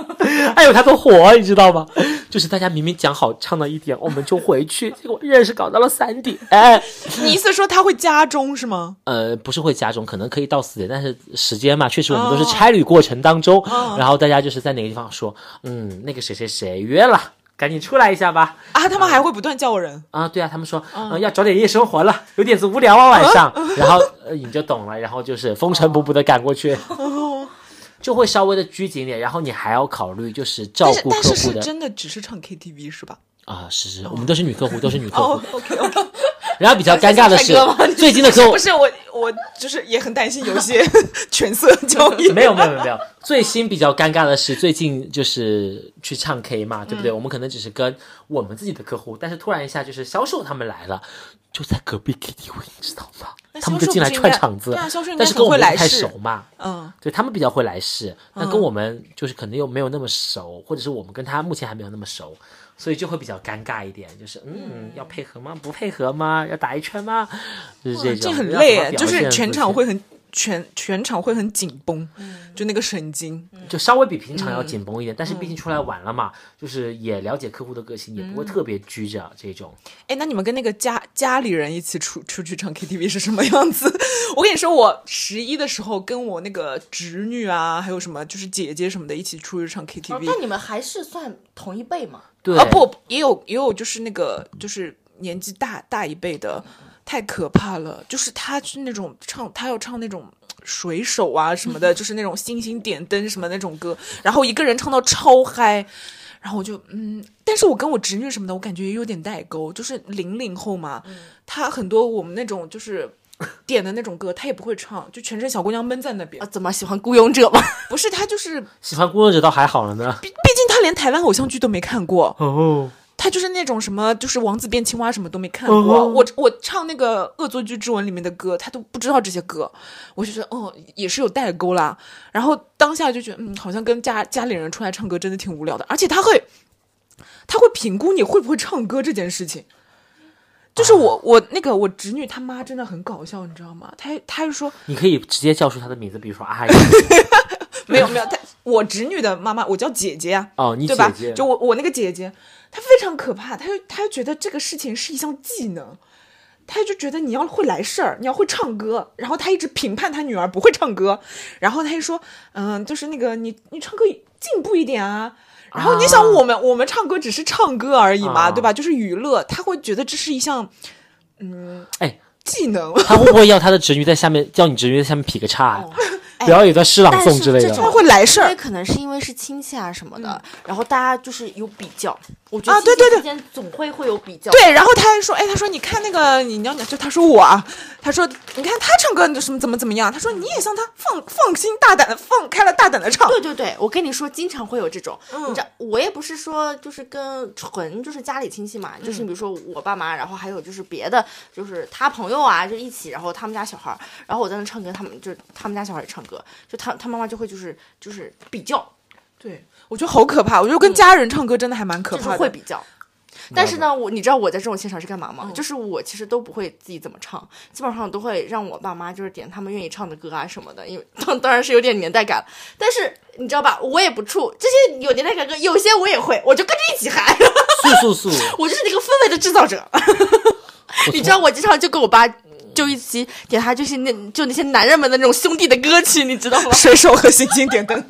还有他的活，你知道吗？就是大家明明讲好唱到一点，我们就回去，结果硬是搞到了三点。哎，
你意思说他会加钟是吗？
呃，不是会加重，可能可以到四点，但是时间嘛，确实我们都
哦
是差旅过程当中，然后大家就是在哪个地方说，嗯，那个谁谁谁约了，赶紧出来一下吧。
啊，他们还会不断叫人。
啊，对啊，他们说，
哦
嗯、要找点夜生活了，有点子无聊啊晚上，然后、呃、你就懂了，然后就是风尘仆仆的赶过去，
哦
就会稍微的拘谨点，然后你还要考虑就是照
但是
顾
但
客
是
户
是
的
真的只是唱 KTV 是吧？
啊，是是，我们都是女客户，都是女客户，
哦，OK OK，
然后 比较尴尬的是
唱歌吗，
最近的客户
不是我我就是也很担心有 些权色交 易。
没有没有没有没有，最新比较尴尬的是，最近就是去唱 K 嘛，对不
嗯
对？我们可能只是跟我们自己的客户，但是突然一下就是销售他们来了，就在隔壁 KTV，你知道吗
那？
他们
销售
就进来
不是应
串
该
场子，
对啊销售应该
但是
很
跟我
会
们不
来
太
事
熟嘛，
嗯，
对他们比较会来事，但跟我们就是可能又没有那么熟，或者是我们跟他目前还没有那么熟，所以就会比较尴尬一点，就是嗯，要配合吗？不配合吗？要打一圈吗？就是这种，
这很
要
累
怎么
哎，
表
就是
现
嗯全
自
场
己
会很全全场会很紧绷，就那个神经。
就稍微比平
嗯
常要紧绷一点，但是毕竟出来玩了嘛，就是也了解客户的个性，也
嗯
不会特别拘着啊这种。
哎，那你们跟那个家家里人一起出出去唱 KTV 是什么样子？ 我跟你说，我十一的时候跟我那个侄女啊，还有什么就是姐姐什么的一起出去唱 KTV
那。哦你们还是算同一辈嘛？
对，
啊不，也有也有就是那个就是年纪大大一辈的，太可怕了。就是他是那种唱，他要唱那种水手啊什 么的，就是那种星星点灯什么那种歌，然后一个人唱到超嗨。然后我就嗯，但是我跟我侄女什么的，我感觉也有点代沟，就是零零后嘛，她很多我们那种就是点的那种歌，她也不会唱，就全身小姑娘闷在那边
啊，。怎么喜欢雇佣者吗？
不是，她就是，毕
喜欢工作者倒还好了呢。
毕竟她连台湾偶像剧都没看过，
哦，
他就是那种什么，就是王子变青蛙什么都没看过。我我唱那个《恶作剧之吻》里面的歌，他都不知道这些歌，我就觉得哦，也是有代沟啦。然后当下就觉得，嗯，好像跟家家里人出来唱歌真的挺无聊的，而且他会他会评估你会不会唱歌这件事情。就是我我那个我侄女她妈真的很搞笑，你知道吗？她她就说
你可以直接叫出他的名字，比如说哎阿 姨。
没有没有，她我侄女的妈妈我叫姐啊姐呀、
哦，你姐
对吧
姐？
就我我那个姐姐，她非常可怕，她就她就觉得这个事情是一项技能，她就觉得你要会来事儿，你要会唱歌，然后她一直评判她女儿不会唱歌，然后她就说，嗯，就是那个你你唱歌进步一点啊。然后你想，我们、我们唱歌只是唱歌而已嘛，
啊
对吧？就是娱乐，她会觉得这是一项嗯
哎，
技能。
他会不会要他的侄女在下面叫你侄女在下面劈个叉、
哦
啊
哎
表演一段诗朗诵之类
但是这
他
的？
种
会来事
因
儿
为，可能是因为是亲戚啊什么的，然后大家就是有比较，我觉
啊
得
对
亲戚
对对
之间总会会有比较，
对，然后他还说，哎，他说你看那个你娘娘，就他说我啊，他说你看他唱歌什么怎么怎么样，他说你也像他放放心大胆的放开了大胆的唱，
对对对，我跟你说，经常会有这种。你知道，我也不是说就是跟纯就是家里亲戚嘛，就是比如说我爸妈，然后还有就是别的，就是他朋友啊，就一起，然后他们家小孩儿，然后我在那唱歌，他们就他们家小孩儿也唱歌，就他他妈妈就会就是就是比较，
对我觉得好可怕，我觉得跟家人唱歌真的还蛮可
就是
怕的，
会比较。但是呢，我你知道我在这种现场是干嘛吗？
嗯
就是我其实都不会自己怎么唱，基本上都会让我爸妈就是点他们愿意唱的歌啊什么的，因为 当当然是有点年代感了。但是你知道吧，我也不怵这些有年代感歌，有些我也会，我就跟着一起喊，
速速速！
我就是那个氛围的制造者。 你知道我经常就跟我爸就一起点他就是那就那些男人们的那种兄弟的歌曲，你知道吗？
水手和星星点灯，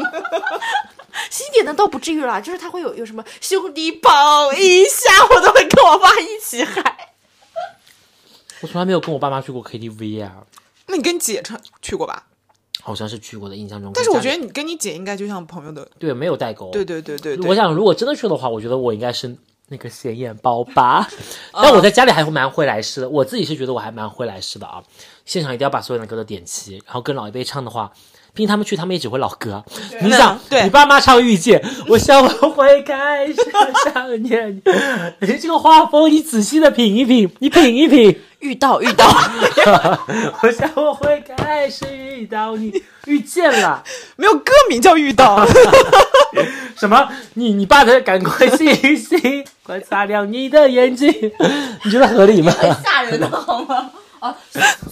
新点的倒不至于啦，就是他会有有什么兄弟抱一下，我都会跟我爸一起喊。
我从来没有跟我爸妈去过 KTV 啊，
那你跟姐唱去过吧？
好像是去过的，印象中。
但是我觉
得。
得你跟你姐应该就像朋友的，
对，没有代沟。
对对对对对，
我想如果真的去的话，我觉得我应该是那个显眼包 吧。但
嗯
我在家里还会蛮会来事的，我自己是觉得我还蛮会来事的啊。现场一定要把所有的歌都点齐，然后跟老一辈唱的话。毕竟他们去，他们也只会老歌。你想，
对
你爸妈唱《遇见》，我想我会开始想念你。 你这个画风，你仔细的品一品，你品一品。
遇到遇到，
我想我会开始遇到你，遇见了。
没有歌名叫遇 到，
什么？你你爸的赶快醒 醒，快擦亮你的眼 睛，你觉得合理吗？
哎
很 吓人的好 吗？啊，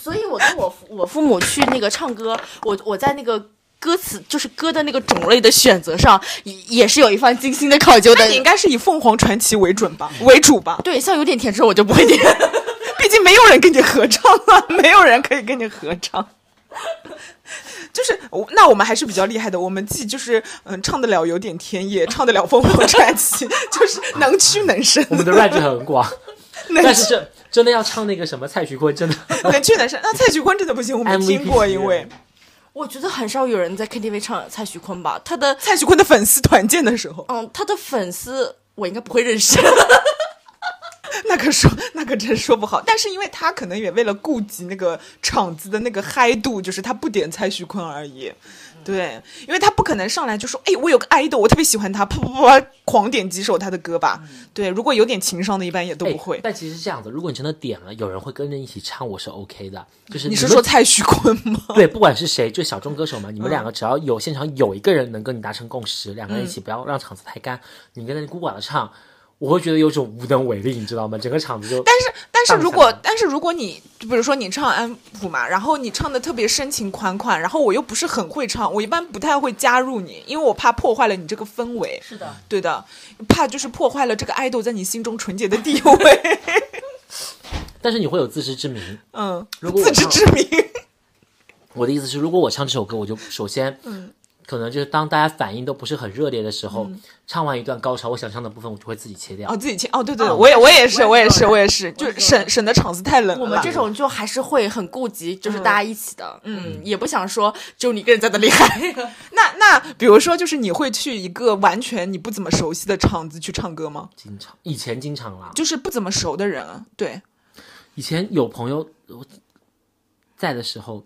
所以我跟我父我父母去那个唱歌，我我在那个。歌词就是歌的那个种类的选择上，也也是有一番精心的考究
那
的
你。应该是以凤凰传奇为准吧，为主吧，
对，像有点甜之后我就不会点。
毕竟没有人跟你合唱啊，没有人可以跟你合唱。 就是，我那我们还是比较厉害的。我们既就是嗯唱得了有点天也唱得了凤凰传奇，就是能屈能伸，
我们的 range 很 广，
能
但
屈
是这真的要唱那个什么蔡徐坤，真的
能屈能伸。那蔡徐坤真的不行，我没
MVP
听过，
级
因为
我觉得很少有人在 KTV 唱蔡徐坤吧，他的
蔡徐坤的粉丝团建的时候，
嗯，他的粉丝我应该不会认 识。
那可说那可真说不好。但是因为他可能也为了顾及那个场子的那个嗨度，就是他不点蔡徐坤而已。
嗯
对，因为他不可能上来就说，哎，我有个 idol，我特别喜欢他，啪啪啪啪，狂点几首他的歌吧。对，如果有点情商的，一般也 都不会
嗯哎。但其实是这样子，如果你真的点了，有人会跟着一起唱，我是 OK 的。就是们
你是说蔡徐坤吗？
对，不管是谁，就小众歌手嘛，你们两个只要有现场有一个人能跟你达成共识，两个人一起不要让场子太干，你跟着孤寡的唱，我会觉得有种无能为力，你知道吗？整个场子就。
但是，但是
荡
如
下
果
来，
但是如果你，比如说你唱安普嘛，然后你唱的特别深情款款，然后我又不是很会唱，我一般不太会加入你，因为我怕破坏了你这个氛围。
是的，
对的，怕就是破坏了这个爱豆在你心中纯洁的地 位。
但是你会有自知之明，
嗯，
如果我
自知
唱
之明。
我的意思是，如果我唱这首歌，我就首先，
嗯
可能就是当大家反应都不是很热烈的时候，唱完一段高潮，我想唱的部分我就会自己切掉。
哦，自己切。哦，对对，我也我也是，我也是，我也是，就省省的场子太冷了。
我们这种就还是会很顾及，就是大家一起的，嗯，也不想说只有你一个人在那里喊。
那那比如说，就是你会去一个完全你不怎么熟悉的场子去唱歌吗？
经常以前经常啦，
就是不怎么熟的人，对，
以前有朋友我在的时候，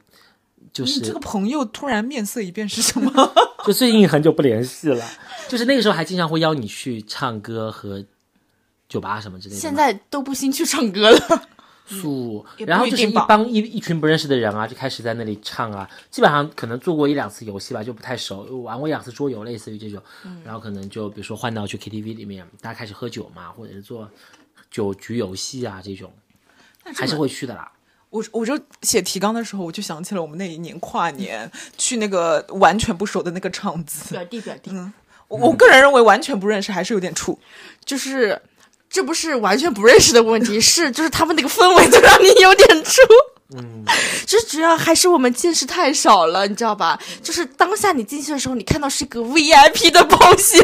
就
你
是
嗯这个朋友突然面色一变是什么？
就最近很久不联系了，就是那个时候还经常会邀你去唱歌和酒吧什么之类的吗。
现在都不兴去唱歌了。
素，
嗯也
然
不
后
一
就是
定
一
吧
帮一一群不认识的人啊，就开始在那里唱啊，基本上可能做过一两次游戏吧，就不太熟，玩过一两次桌游，类似于这种，
嗯
然后可能就比如说换到去 KTV 里面，大家开始喝酒嘛，或者是做酒局游戏啊这种，还是会去的啦。
我我就写提纲的时候，我就想起了我们那一年跨年去那个完全不熟的那个场子，
表弟表弟，
我我个人认为完全不认识还是有点怵。
就是这不是完全不认识的问题，是就是他们那个氛围就让你有点怵。嗯， 就是主要还是我们见识太少了，你知道吧？就是当下你进去的时候，你看到是一个 VIP 的包厢，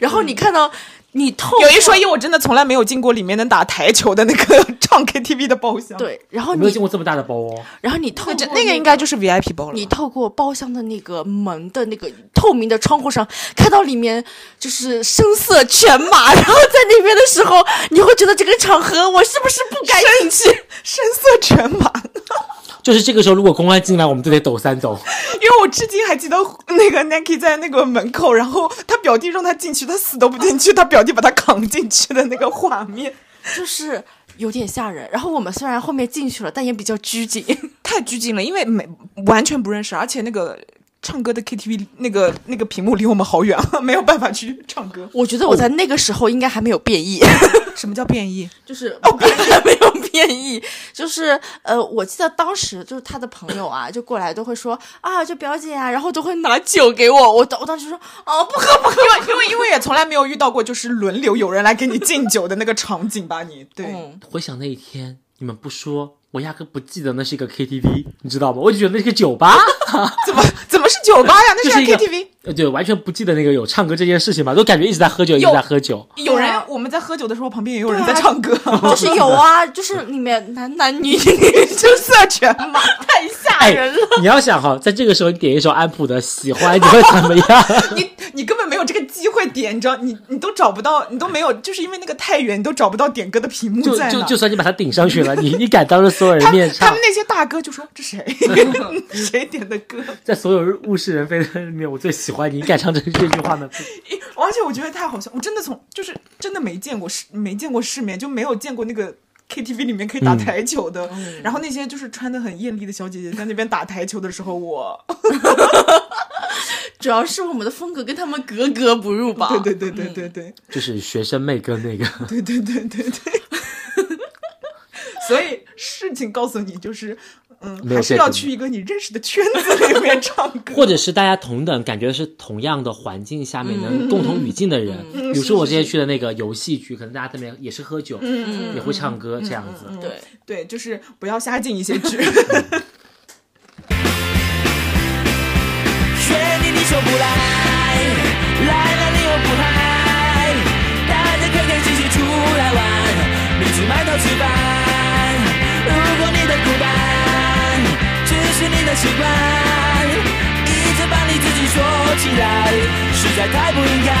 然后你看到你透过
有一说一，我真的从来没有进过里面能打台球的那个 唱 KTV 的包厢。，
对，然后
我没有
你
见过这么大的包哦，
然后你透
那
过
这那个应该就是 VIP 包了吧。
你透过包厢的那个门的那个透明的窗户上，看到里面就是声色犬马，然后在那边的时候，你会觉得这个场合我是不是不该进去？
声色犬马，
就是这个时候如果公安进来，我们就得抖三抖。
因为我至今还记得那个 Nike 在那个门口，然后他表弟让他进去，他死都不进去，他表弟把他扛进去的那个画面，
就是有点吓人。然后我们虽然后面进去了，但也比较拘 谨。
太拘谨了，因为没完全不认识，而且那个唱歌的 KTV 那个那个屏幕离我们好远， 没有办法去唱歌。
我觉得我在那个时候应该还没有变 异，
什么叫变异？
就是哦，变还没有变异，就是呃，我记得当时就是他的朋友啊，就过来都会说啊，就表姐啊，然后都会拿酒给我，我当我当时说哦，不喝不喝，因为
因为因为也从来没有遇到过就是轮流有人来给你敬酒的那个场景吧？你对。
嗯，
回想那一天，你们不说，我压根不记得那是一个 KTV，你知道吗？我就觉得那是个酒吧。
怎么 怎么是酒吧 呀？那
就是
是
一个
KTV。
呃，对，完全不记得那个有唱歌这件事情嘛，都感觉一直在喝酒，一直
有
在喝 酒。
有
对
人
啊
我们在喝酒的时候，旁边也有人在唱歌，
就是 有啊，就是里面男男女 女
声色犬 马。
太吓
哎
人了。，
你要想哈，在这个时候你点一首安普的《喜欢》，你会怎么 样？
你你根本没有这个机会点，你知道，你你都找不到，你都没有，就是因为那个太远，你都找不到点歌的屏幕
就
在
就
哪。
就算你把它顶上去了，你你敢当着所有人
他
面
们他
唱
们，那些大哥就说这 谁谁点的歌，
在所有物是人非的里面，我最喜欢你，你敢唱这这句话吗？
而且我觉得太好笑，我真的从就是真的没见过世没见过世面，就没有见过那个 KTV 里面可以
嗯
打台球的，然后那些就是穿的很艳丽的小姐姐在那边打台球的时 候，我。
主要是我们的风格跟他们格格不入吧
哎对对对对对对
就是学生妹跟那个，
对对对对对， 所以事情告诉你就是。嗯，
没有
还是
变
要
动
去一个你认识的圈子里面唱歌。
或者是大家同等感觉是同样的环境下面
嗯
能共同语境的人，比如说我之前去的那个游戏区，可能大家这边也是喝酒，
嗯
也会唱歌这样子。
对，
对，就是不要瞎进一些 局。
学你你说不来，来了你又不嗨，大家开开心心出来玩，你去埋头吃饭。如果你的孤单只是你的习惯，一直把你自己锁起来，实在太不应该。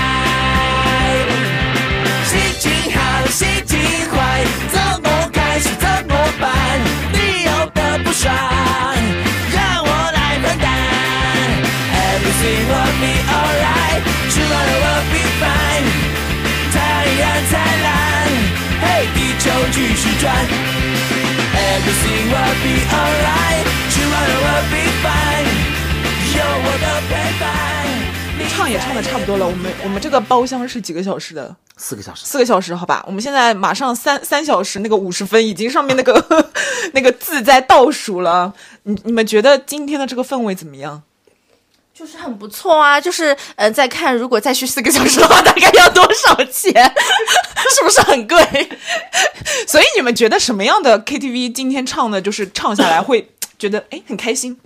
心情好，心情坏，怎么开始怎么办？你有的不爽，让我来分担。Everything will be alright, tomorrow will be fine。太阳灿烂，嘿，地球继续转。Everything will be alright, tomorrow will be fine。有我的陪伴，你
唱也唱的差不多了，我们我们这个包厢是几个小时的？
四个小时，
四个小时，好吧。我们现在马上三三小时，那个五十分已经上面那个 那个字在倒数了。你你们觉得今天的这个氛围怎么样？
就是很不错啊。就是呃，再看如果再去四个小时的话， 大概要多少钱？ 是不是很贵？
所以你们觉得什么样的 KTV 今天唱的，就是唱下来会觉得哎很开心？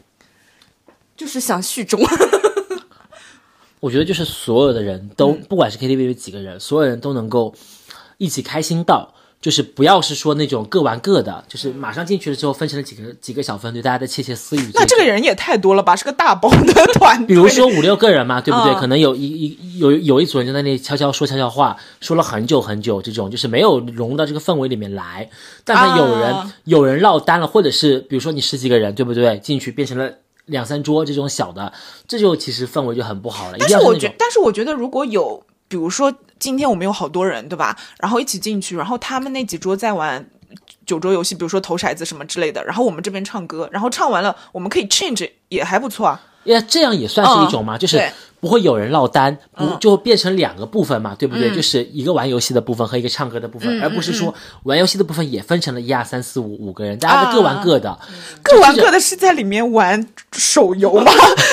就是想续中，
我觉得就是所有的人都，
嗯
不管是 KTV 有几个人，所有人都能够一起开心到，就是不要是说那种各玩各的，
嗯
就是马上进去了之后分成了几个几个小分队，大家在窃窃私语。
那这个
种。
人也太多了吧，是个大包的团队。
比如说五六个人嘛，对不对？
嗯
可能有一一有有一组人就在那里悄悄说悄悄话，说了很久很久，这种就是没有融入到这个氛围里面来。但凡有人、
啊
有人落单了，或者是比如说你十几个人，对不对？进去变成了两三桌这种小的，这就其实氛围就很不好了。一定
但是
要
我
那
觉
种，
但是我觉得如果有比如说今天我们有好多人，对吧？然后一起进去，然后他们那几桌在玩。九桌游戏，比如说投骰子什么之类的，然后我们这边唱歌，然后唱完了，我们可以 change，也还不错啊。
哎呀，这样也算是一种嘛，
嗯
就是
对
不会有人落单，不、
嗯
就变成两个部分嘛，对不对？就是一个玩游戏的部分和一个唱歌的部
嗯
分，而不是说玩游戏的部分也分成了一二三四五五个人，大
啊
家都各玩各的。
各玩各的是在里面玩手游 吗？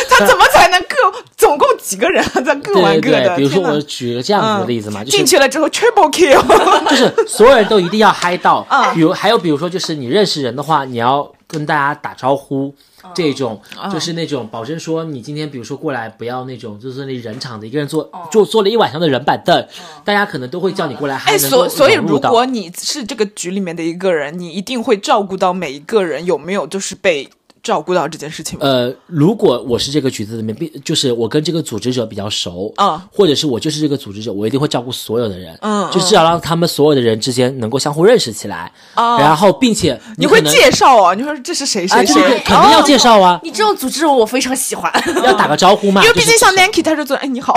他怎么才能各总共几个人啊？在各玩
对对
各
对，
的？
比如说
天哪
我举个这样子的例子嘛，
嗯
就是
进去了之后 triple kill，
就是所有人都一定要嗨到。
嗯
比如还有比如说，就是你认识人的话，你要跟大家打招呼。
嗯
这种就是那种保证说你今天比如说过来不要那种就是那人场的一个人
嗯
坐坐坐了一晚上的人板凳，大家可能都会叫你过来嗨。
哎，
能够
所所以
融入
如
到
果你是这个局里面的一个人，你一定会照顾到每一个人有没有就是被照顾到这件事情吗？
呃，如果我是这个局子里面，并就是我跟这个组织者比较熟，
嗯
或者是我就是这个组织者，我一定会照顾所有的人，
嗯
就至少让他们所有的人之间能够相互认识起来，然后并且
哦你
可
会
能
介绍哦哦，你说这是谁
啊，
谁
对
谁，
对对，肯定要介绍啊，
你这种组织我非常 喜欢，
要打个招呼嘛，
因
就
为毕
是
竟像 Nanki 他就做，哎你好，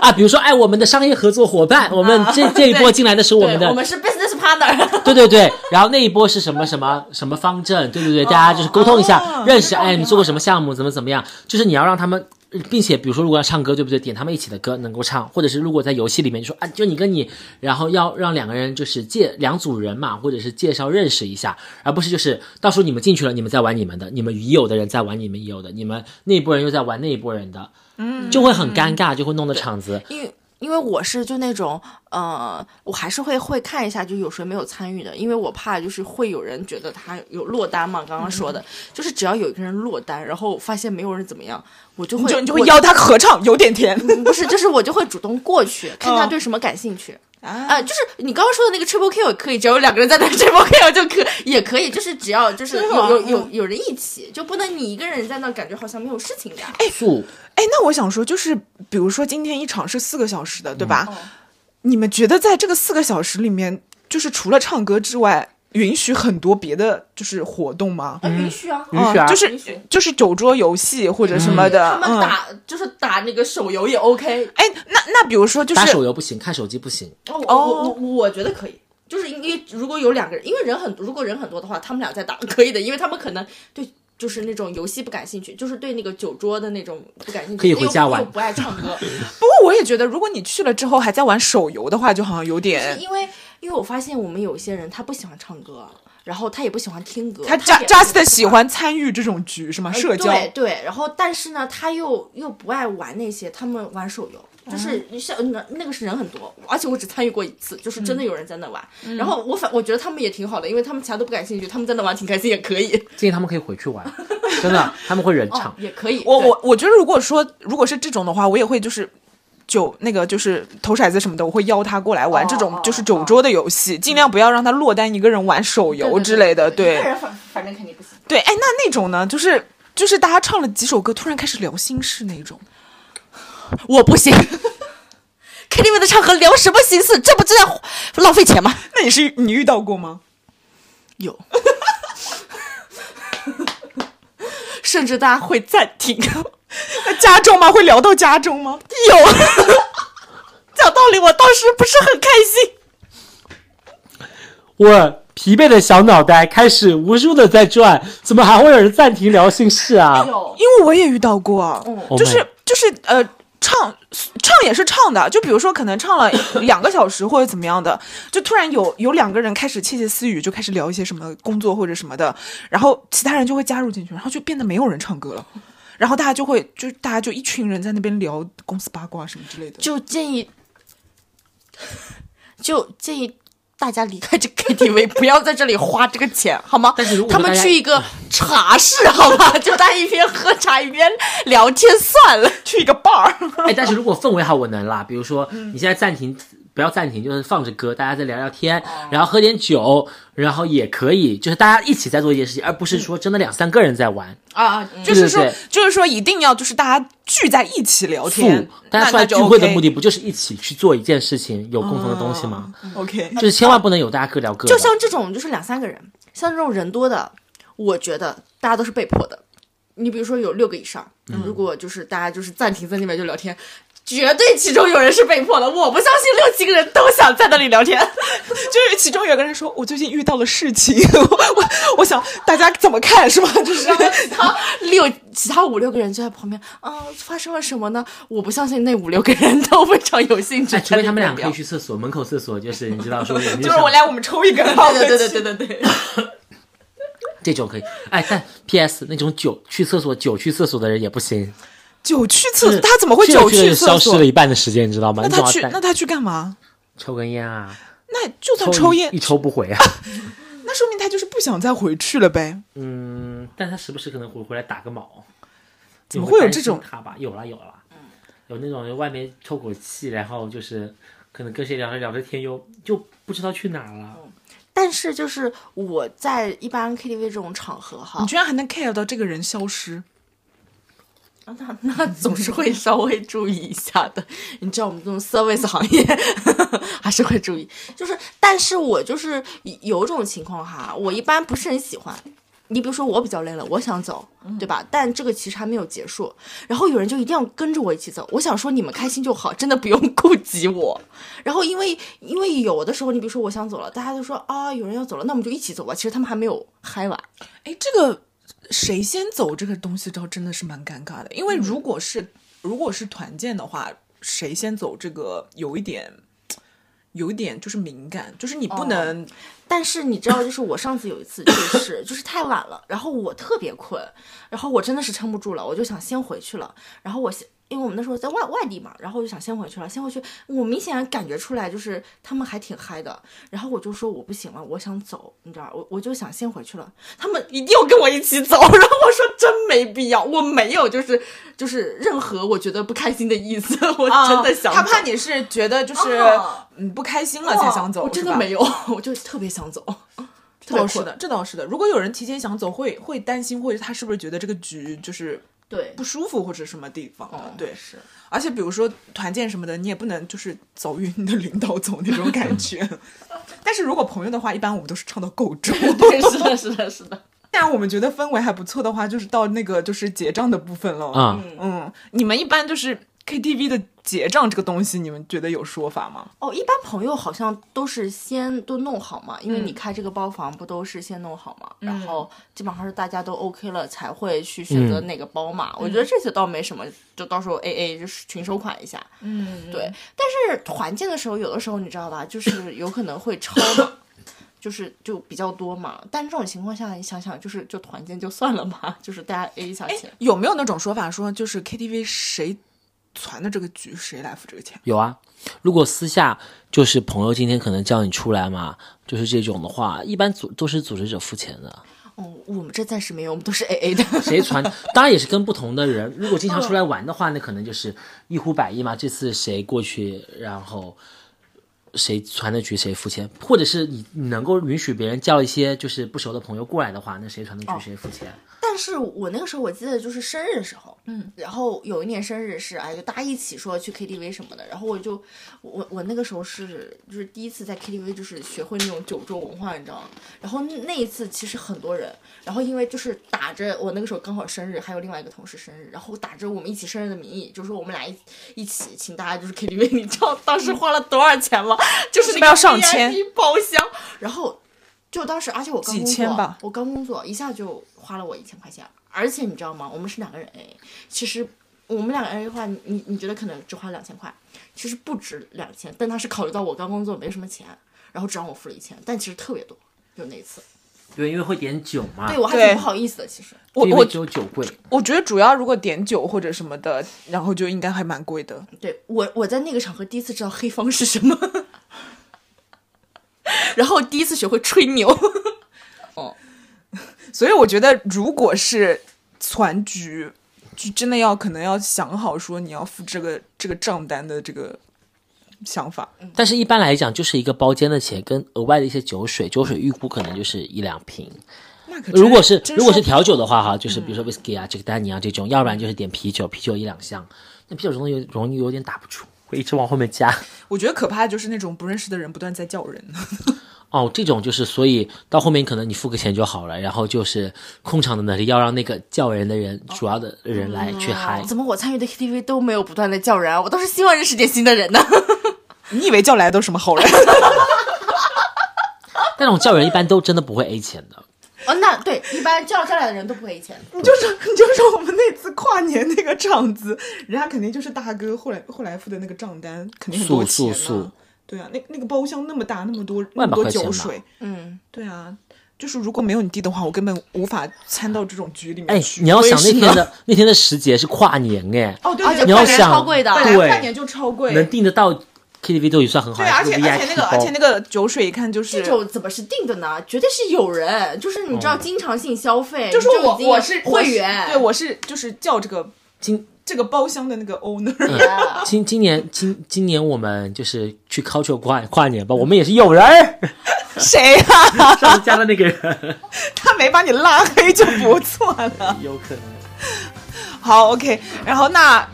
啊，比如说哎，我们的商业合作伙伴，我们
啊
这这一波进来的时候，我们
对，我
的
们是 business partner，
对对对，然后那一波是什么什么什么方阵，对对对，大家就是沟通一下，认识，哎，你做过什么项目，怎么怎么样，就是你要让他们。并且，比如说，如果要唱歌，对不对？点他们一起的歌能够唱，或者是如果在游戏里面就说啊，就你跟你，然后要让两个人就是介两组人嘛，或者是介绍认识一下，而不是就是到时候你们进去了，你们在玩你们的，你们已有的人在玩你们已有的，你们那一波人又在玩那一波人的，嗯，就会很尴尬，就会弄得场子
因为因为我是就那种，呃，我还是会会看一下，就有谁没有参与的，因为我怕就是会有人觉得他有落单嘛，刚刚说
嗯
的，就是只要有一个人落单，然后发现没有人怎么样，我就会嗯
你就你就会
我
邀他合唱，有点甜。
不是，就是我就会主动过去看他
嗯
对什么感兴趣。
啊
啊、就是你刚刚说的那个 triple kill 也可以，只要有两个人在那 triple kill 就可也可以，就是只要就是
真
有
的吗
有有有人一起，就不能你一个人在那感觉好像没有事情干。
素
哎，那我想说，就是比如说今天一场是四个小时的，对吧？你们觉得在这个四个小时里面，就是除了唱歌之外，允许很多别的就是活动吗？嗯
啊，允许啊，
允许啊
就
允许
是就是酒桌游戏或者什
他
么的。
们
嗯，
打、就是打那个手游也 OK。
哎，那那比如说就
打
是
手游不行，看手机不行，
哦，我
哦
我我觉得可以。就是因为如果有两个人，因为人很多，如果人很多的话，他们俩在打可以的，因为他们可能对就是那种游戏不感兴趣，就是对那个酒桌的那种不感兴趣，
可以回家
又
玩
又不爱唱歌，
不过我也觉得，如果你去了之后还在玩手游的话，就好像有点
因为因为我发现我们有些人他不喜欢唱歌，然后他也不喜欢听歌，
他
他
just
也呃哎
just 喜欢参与这种局是吗？社交。
对对，然后但是呢，他又又不爱玩那些，他们玩手游。就是你像那那个是人很多，而且我只参与过一次，就是真的有人在那玩。然后我反我觉得他们也挺好的，因为他们其他都不感兴趣，他们在那玩挺开心，也可以，
建议他们可以回去玩，真的，他们会冷
哦
场。、
也可以。
我
对
我我觉得，如果说如果是这种的话，我也会就是酒那个就是投骰子什么的，我会邀他过来玩
哦
这种
哦
就是酒桌的游戏，尽量不要让他落单一个人玩手游之类的。
一个
对
人反反正肯定不行。
对，哎，那那种呢，就是就是大家唱了几首歌，突然开始聊心事那种。
我不 行，KTV 的唱和聊什么心思？这不就在浪费钱吗？
那你是你遇到过吗？
有，甚至大家会暂停。
那家中吗？会聊到家中吗？有。 讲道理，我当时不是很开心。
我疲惫的小脑袋开始无数的在转，怎么还会有人暂停聊心事啊？
有，
因为我也遇到过，啊
嗯
Oh
就
my
是就是呃，唱唱也是唱的，就比如说可能唱了 两个小时或者怎么样的，就突然有有两个人开始窃窃私语，就开始聊一些什么工作或者什么的，然后其他人就会加入进去，然后就变得没有人唱歌了。然后大家就会，就大家就一群人在那边聊公司八卦什么之类的。
就建议，就建议大家离开这个 KTV，不要在这里花这个钱，好吗？
但是如果
他们
大家
去一个茶室，好吧， 就大家一边喝茶一边聊天算了。
去一个 bar，
哎，但是如果氛围好，我能啦。比如说，
嗯
你现在暂停，不要暂停，就是放着歌，大家再聊聊
哦
天，然后喝点酒，然后也可以，就是大家一起在做一件事情，而不是说真的两三个人在玩。
啊，
就
对
是说
对，
就是说，一定要就是大家聚在一起聊
素
哦天，，
大家
那
出来
那
聚
就
会的
OK
目的不就是一起去做一件事情，有共同的东西吗？
嗯
OK，
就是千万不能有大家各聊各的。
就像这种就是两三个人，像这种人多的，我觉得大家都是
嗯
被迫的。你比如说有六个以上，如果就是大家就是暂停在那边就聊天，
绝对其中有人是被迫的，我不相信六七个人都想在那里聊天。
就是其中有个人说，我最近遇到了事情， 我我我想大家怎么看是吧？ 就是
他 六其他五六个人就在旁边，嗯、发生了什么呢？我不相信那五六个人都非常有兴致，
哎，除非他们俩可以去厕所，门口厕所就是你知道 说，就
就是我来我们抽一根吧，
对对对对对对，
这种可以。哎，但 P.S. 那种久去厕所久去厕所的人也不行，
久去厕所，哦他怎么会久
去
去
的消
厕
失
所
了？一半的时间，你知道吗？
那
你总
他
要
去
带
那他去干嘛？
抽根烟啊，
那就算抽
一
烟
一，抽不 回啊。
那说明他就是不想再回去了呗。
嗯，但他时不时可能回回来打个卯。
怎么
你
会有
担
这
心
种
他吧？有了有了，有那种外面透口气，然后就是可能跟谁聊着聊着天又就不知道去哪儿了。
但是就是我在一般 KTV 这种场合哈
你，居然还能 care 到这个人消失？
那那总是会稍微注意一下的。
你知道我们这种 service 行业 还是会注意，就是，但是我就是有种情况哈，我一般不是很喜欢。你比如说我比较累了，我想走，对吧？但这个其实还没有结束，然后有人就一定要跟着我一起走。我想说你们开心就好，真的不用顾及我。然后因为因为有的时候，你比如说我想走了，大家就说啊有人要走了，那我们就一起走吧。其实他们还没有嗨完，
哎，这个谁先走这个东西倒真的是蛮尴尬的，因为如果是、如果是团建的话，谁先走这个有一点。有一点就是敏感，就是你不能、
但是你知道，就是我上次有一次就是就是太晚了，然后我特别困，然后我真的是撑不住了，我就想先回去了。然后我先，因为我们那时候在外外地嘛，然后我就想先回去了，先回去。我明显感觉出来就是他们还挺嗨的，然后我就说我不行了，我想走，你知道，我我就想先回去了。他们一定要跟我一起走，然后我说真没必要，我没有就是就是任何我觉得不开心的意思，我真的想走、
哦他怕你是觉得就是、
哦
嗯不开心了才想走，
我真
是
的
吧
没有， 我就特别想走。 特
这
别
倒
困
是的，这倒是的。如果有人提前想走，会会担心，或者他是不是觉得这个局就是
对，
不舒服或者什么地方的？对，
哦 是。
而且比如说团建什么的，你也不能就是走运你的领导走那种感 觉。但是如果朋友的话，一般我们都是唱到够重。
对， 是的，是的，是的。
当然，我们觉得氛围还不错的话，就是到那个就是结账的部分了。
啊、
嗯，你们一般就是 KTV 的结账这个东西，你们觉得有说法吗？
哦，一般朋友好像都是先都弄好嘛，因为你开这个包房不都是先弄好嘛，然后基本上是大家都 OK 了才会去选择哪个包嘛。我觉得这些倒没什么，就到时候 AA 就是群收款一下。嗯，对。但是团建的时候，有的时候你知道吧，就是有可能会超嘛。 就是就比较多嘛，但这种情况下，你想想，就是就团建就算了嘛，就是大家 A 一下钱。
哎有没有那种说法说，就是 KTV 谁攒的这个局，谁来付这个钱？
有啊。如果私下就是朋友今天可能叫你出来嘛，就是这种的话，一般组都是组织者付钱的。
哦，我们这暂时没有，我们都是 AA 的。
谁传？当然也是跟不同的人。如果经常出来玩的话，那可能就是一呼百应嘛。这次谁过去，然后谁传的局谁付钱，或者是你你能够允许别人叫一些就是不熟的朋友过来的话，那谁传的局谁付钱。
但是我那个时候我记得就是生日的时候，嗯，然后有一年生日是哎，就大家一起说去 KTV 什么的，然后我就我我那个时候是就是第一次在 KTV 就是学会那种酒桌文化，你知道吗？然后那那一次其实很多人，然后因为就是打着我那个时候刚好生日，还有另外一个同事生日，然后打着我们一起生日的名义，就说我们俩一一起请大家就是 KTV，你知道当时花了多少钱吗？就是那
是不是
个
要上千
VIP 包厢，然后就当时，而且我刚
几
工作，
千吧
我刚工作，一下就花了我一千块钱。而且你知道吗？我们是两个人 A，其实我们两个人 A 的话，你你你觉得可能只花两千块，其实不止两千，但他是考虑到我刚工作没什么钱，然后只让我付了一千，但其实特别多，就那一次，
对，因为会点酒嘛
啊对，我还
对
挺不好意思的，其实。
我
因
我
为只有酒贵。
我觉得主要如果点酒或者什么的，然后就应该还蛮贵的。
对我，我在那个场合第一次知道黑方是什么， 然后第一次学会吹牛。
所以我觉得，如果是攒局，就真的要可能要想好说你要付这个这个账单的这个想法。
但是一般来讲，就是一个包间的钱跟额外的一些酒水，酒水预估可能就是一两瓶。
那可真
如果是
真
如果是
说嗯
调酒的话，哈，就是比如说 whisky 啊、这个丹尼啊这种，要不然就是点啤酒，啤酒一两箱。那啤酒容易有容易有点打不住，会一直往后面加。
我觉得可怕的就是那种不认识的人不断在叫人，
哦，这种就是，所以到后面可能你付个钱就好了，然后就是控场的能力要让那个叫人的人、主要的人来
哦
去嗨。
嗯
怎么我参与的 KTV 都没有不断的叫人啊？我倒是希望认识点新的人呢。
你以为叫来都是什么好人？
但那种叫人一般都真的不会 A 钱的。
哦，那对，一般叫上来的人都不给钱。
你就说，你 就说我们那次跨年那个场子，人家肯定就是大哥后来后来付的那个账单，肯定很多
速
钱
速
啊。
速
对啊，那那个包厢那么大，那么多那
万把
么多
块钱
酒
吧
水，
嗯，
对啊，就是如果没有你弟的话，我根本无法参到这种局里面
哎
去。，
你要
我也
想
是
那
呢
天的那天的时节是跨年哎，
哦，对
而
对
且
你
对，
要
跨年
想
超贵的
本来跨
对
年，就超贵，
能订得到 KTV 都已经算很好
对，
了，
而且
是个
而且那
VIP
个
包
而且那个酒水一看就是
这种怎么是定的呢？绝对是有人，就是你知
哦
道经常性消费，
就是
你就
我
已经
我是我
啊会
是
员，
对我是就是叫这个
今
这个包厢的那个 owner，
嗯
Yeah
今今年今今年我们就是去 culture 跨跨年吧，我们也是有人儿，
谁啊？
上次加的那个人，
他没把你拉黑就不错了。
有可能。
好，OK，然后那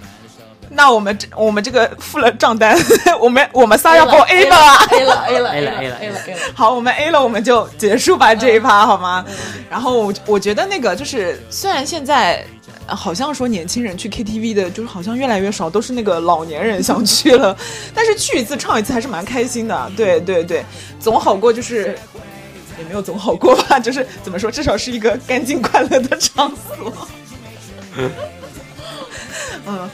那我们这我们这个付了账单， 我们我们仨要报 A 了啊。
，A 了 A 了
A 了
A 了
A 了
A 了，
好，我们 A 了，我们就结束吧这一趴好吗？然后我我觉得那个就是，虽然现在呃好像说年轻人去 KTV 的，就是好像越来越少，都是那个老年人想去了， 但是去一次唱一次还是蛮开心的，对对对，总好过就是。也没有总好过吧，就是怎么说，至少是一个干净快乐的场所。 嗯，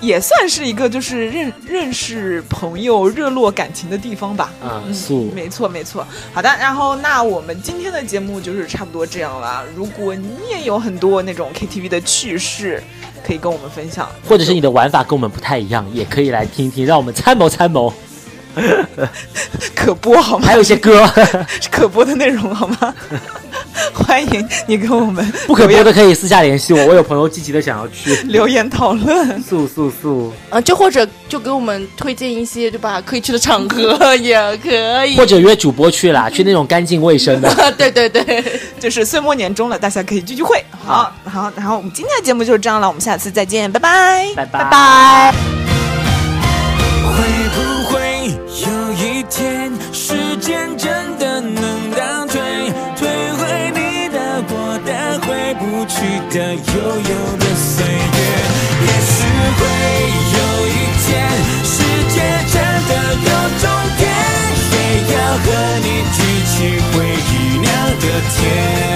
也算是一个就是认认识朋友、热络感情的地方吧。
啊，素
没错，没错。好的，然后那我们今天的节目就是差不多这样了。如果你也有很多那种 KTV 的趣事，可以跟我们分享。
或者是你的玩法跟我们不太一样，也可以来听一听，让我们参谋参 谋。
可播好吗
还？有一些 歌
可播的内容好吗？ 欢迎你跟我们
不可播的可以私下联系我，我有朋友积极的想要去。
留言讨论。
素素素，
啊，就或者就给我们推荐一些对吧？可以去的场合 也可以
或，者约主播去啦，去那种干净卫生的。
对对对，
就是岁末年终了，大家可以聚聚会。好
好，
好，然后我们今天的节目就是这样了，我们下次再见，拜拜，
拜拜
拜。
会不会有一天，时间真的能倒退，退回你的我的回不去的悠悠的岁月？也许会有一天，世界真的有终点，也要和你举起回忆酿的甜。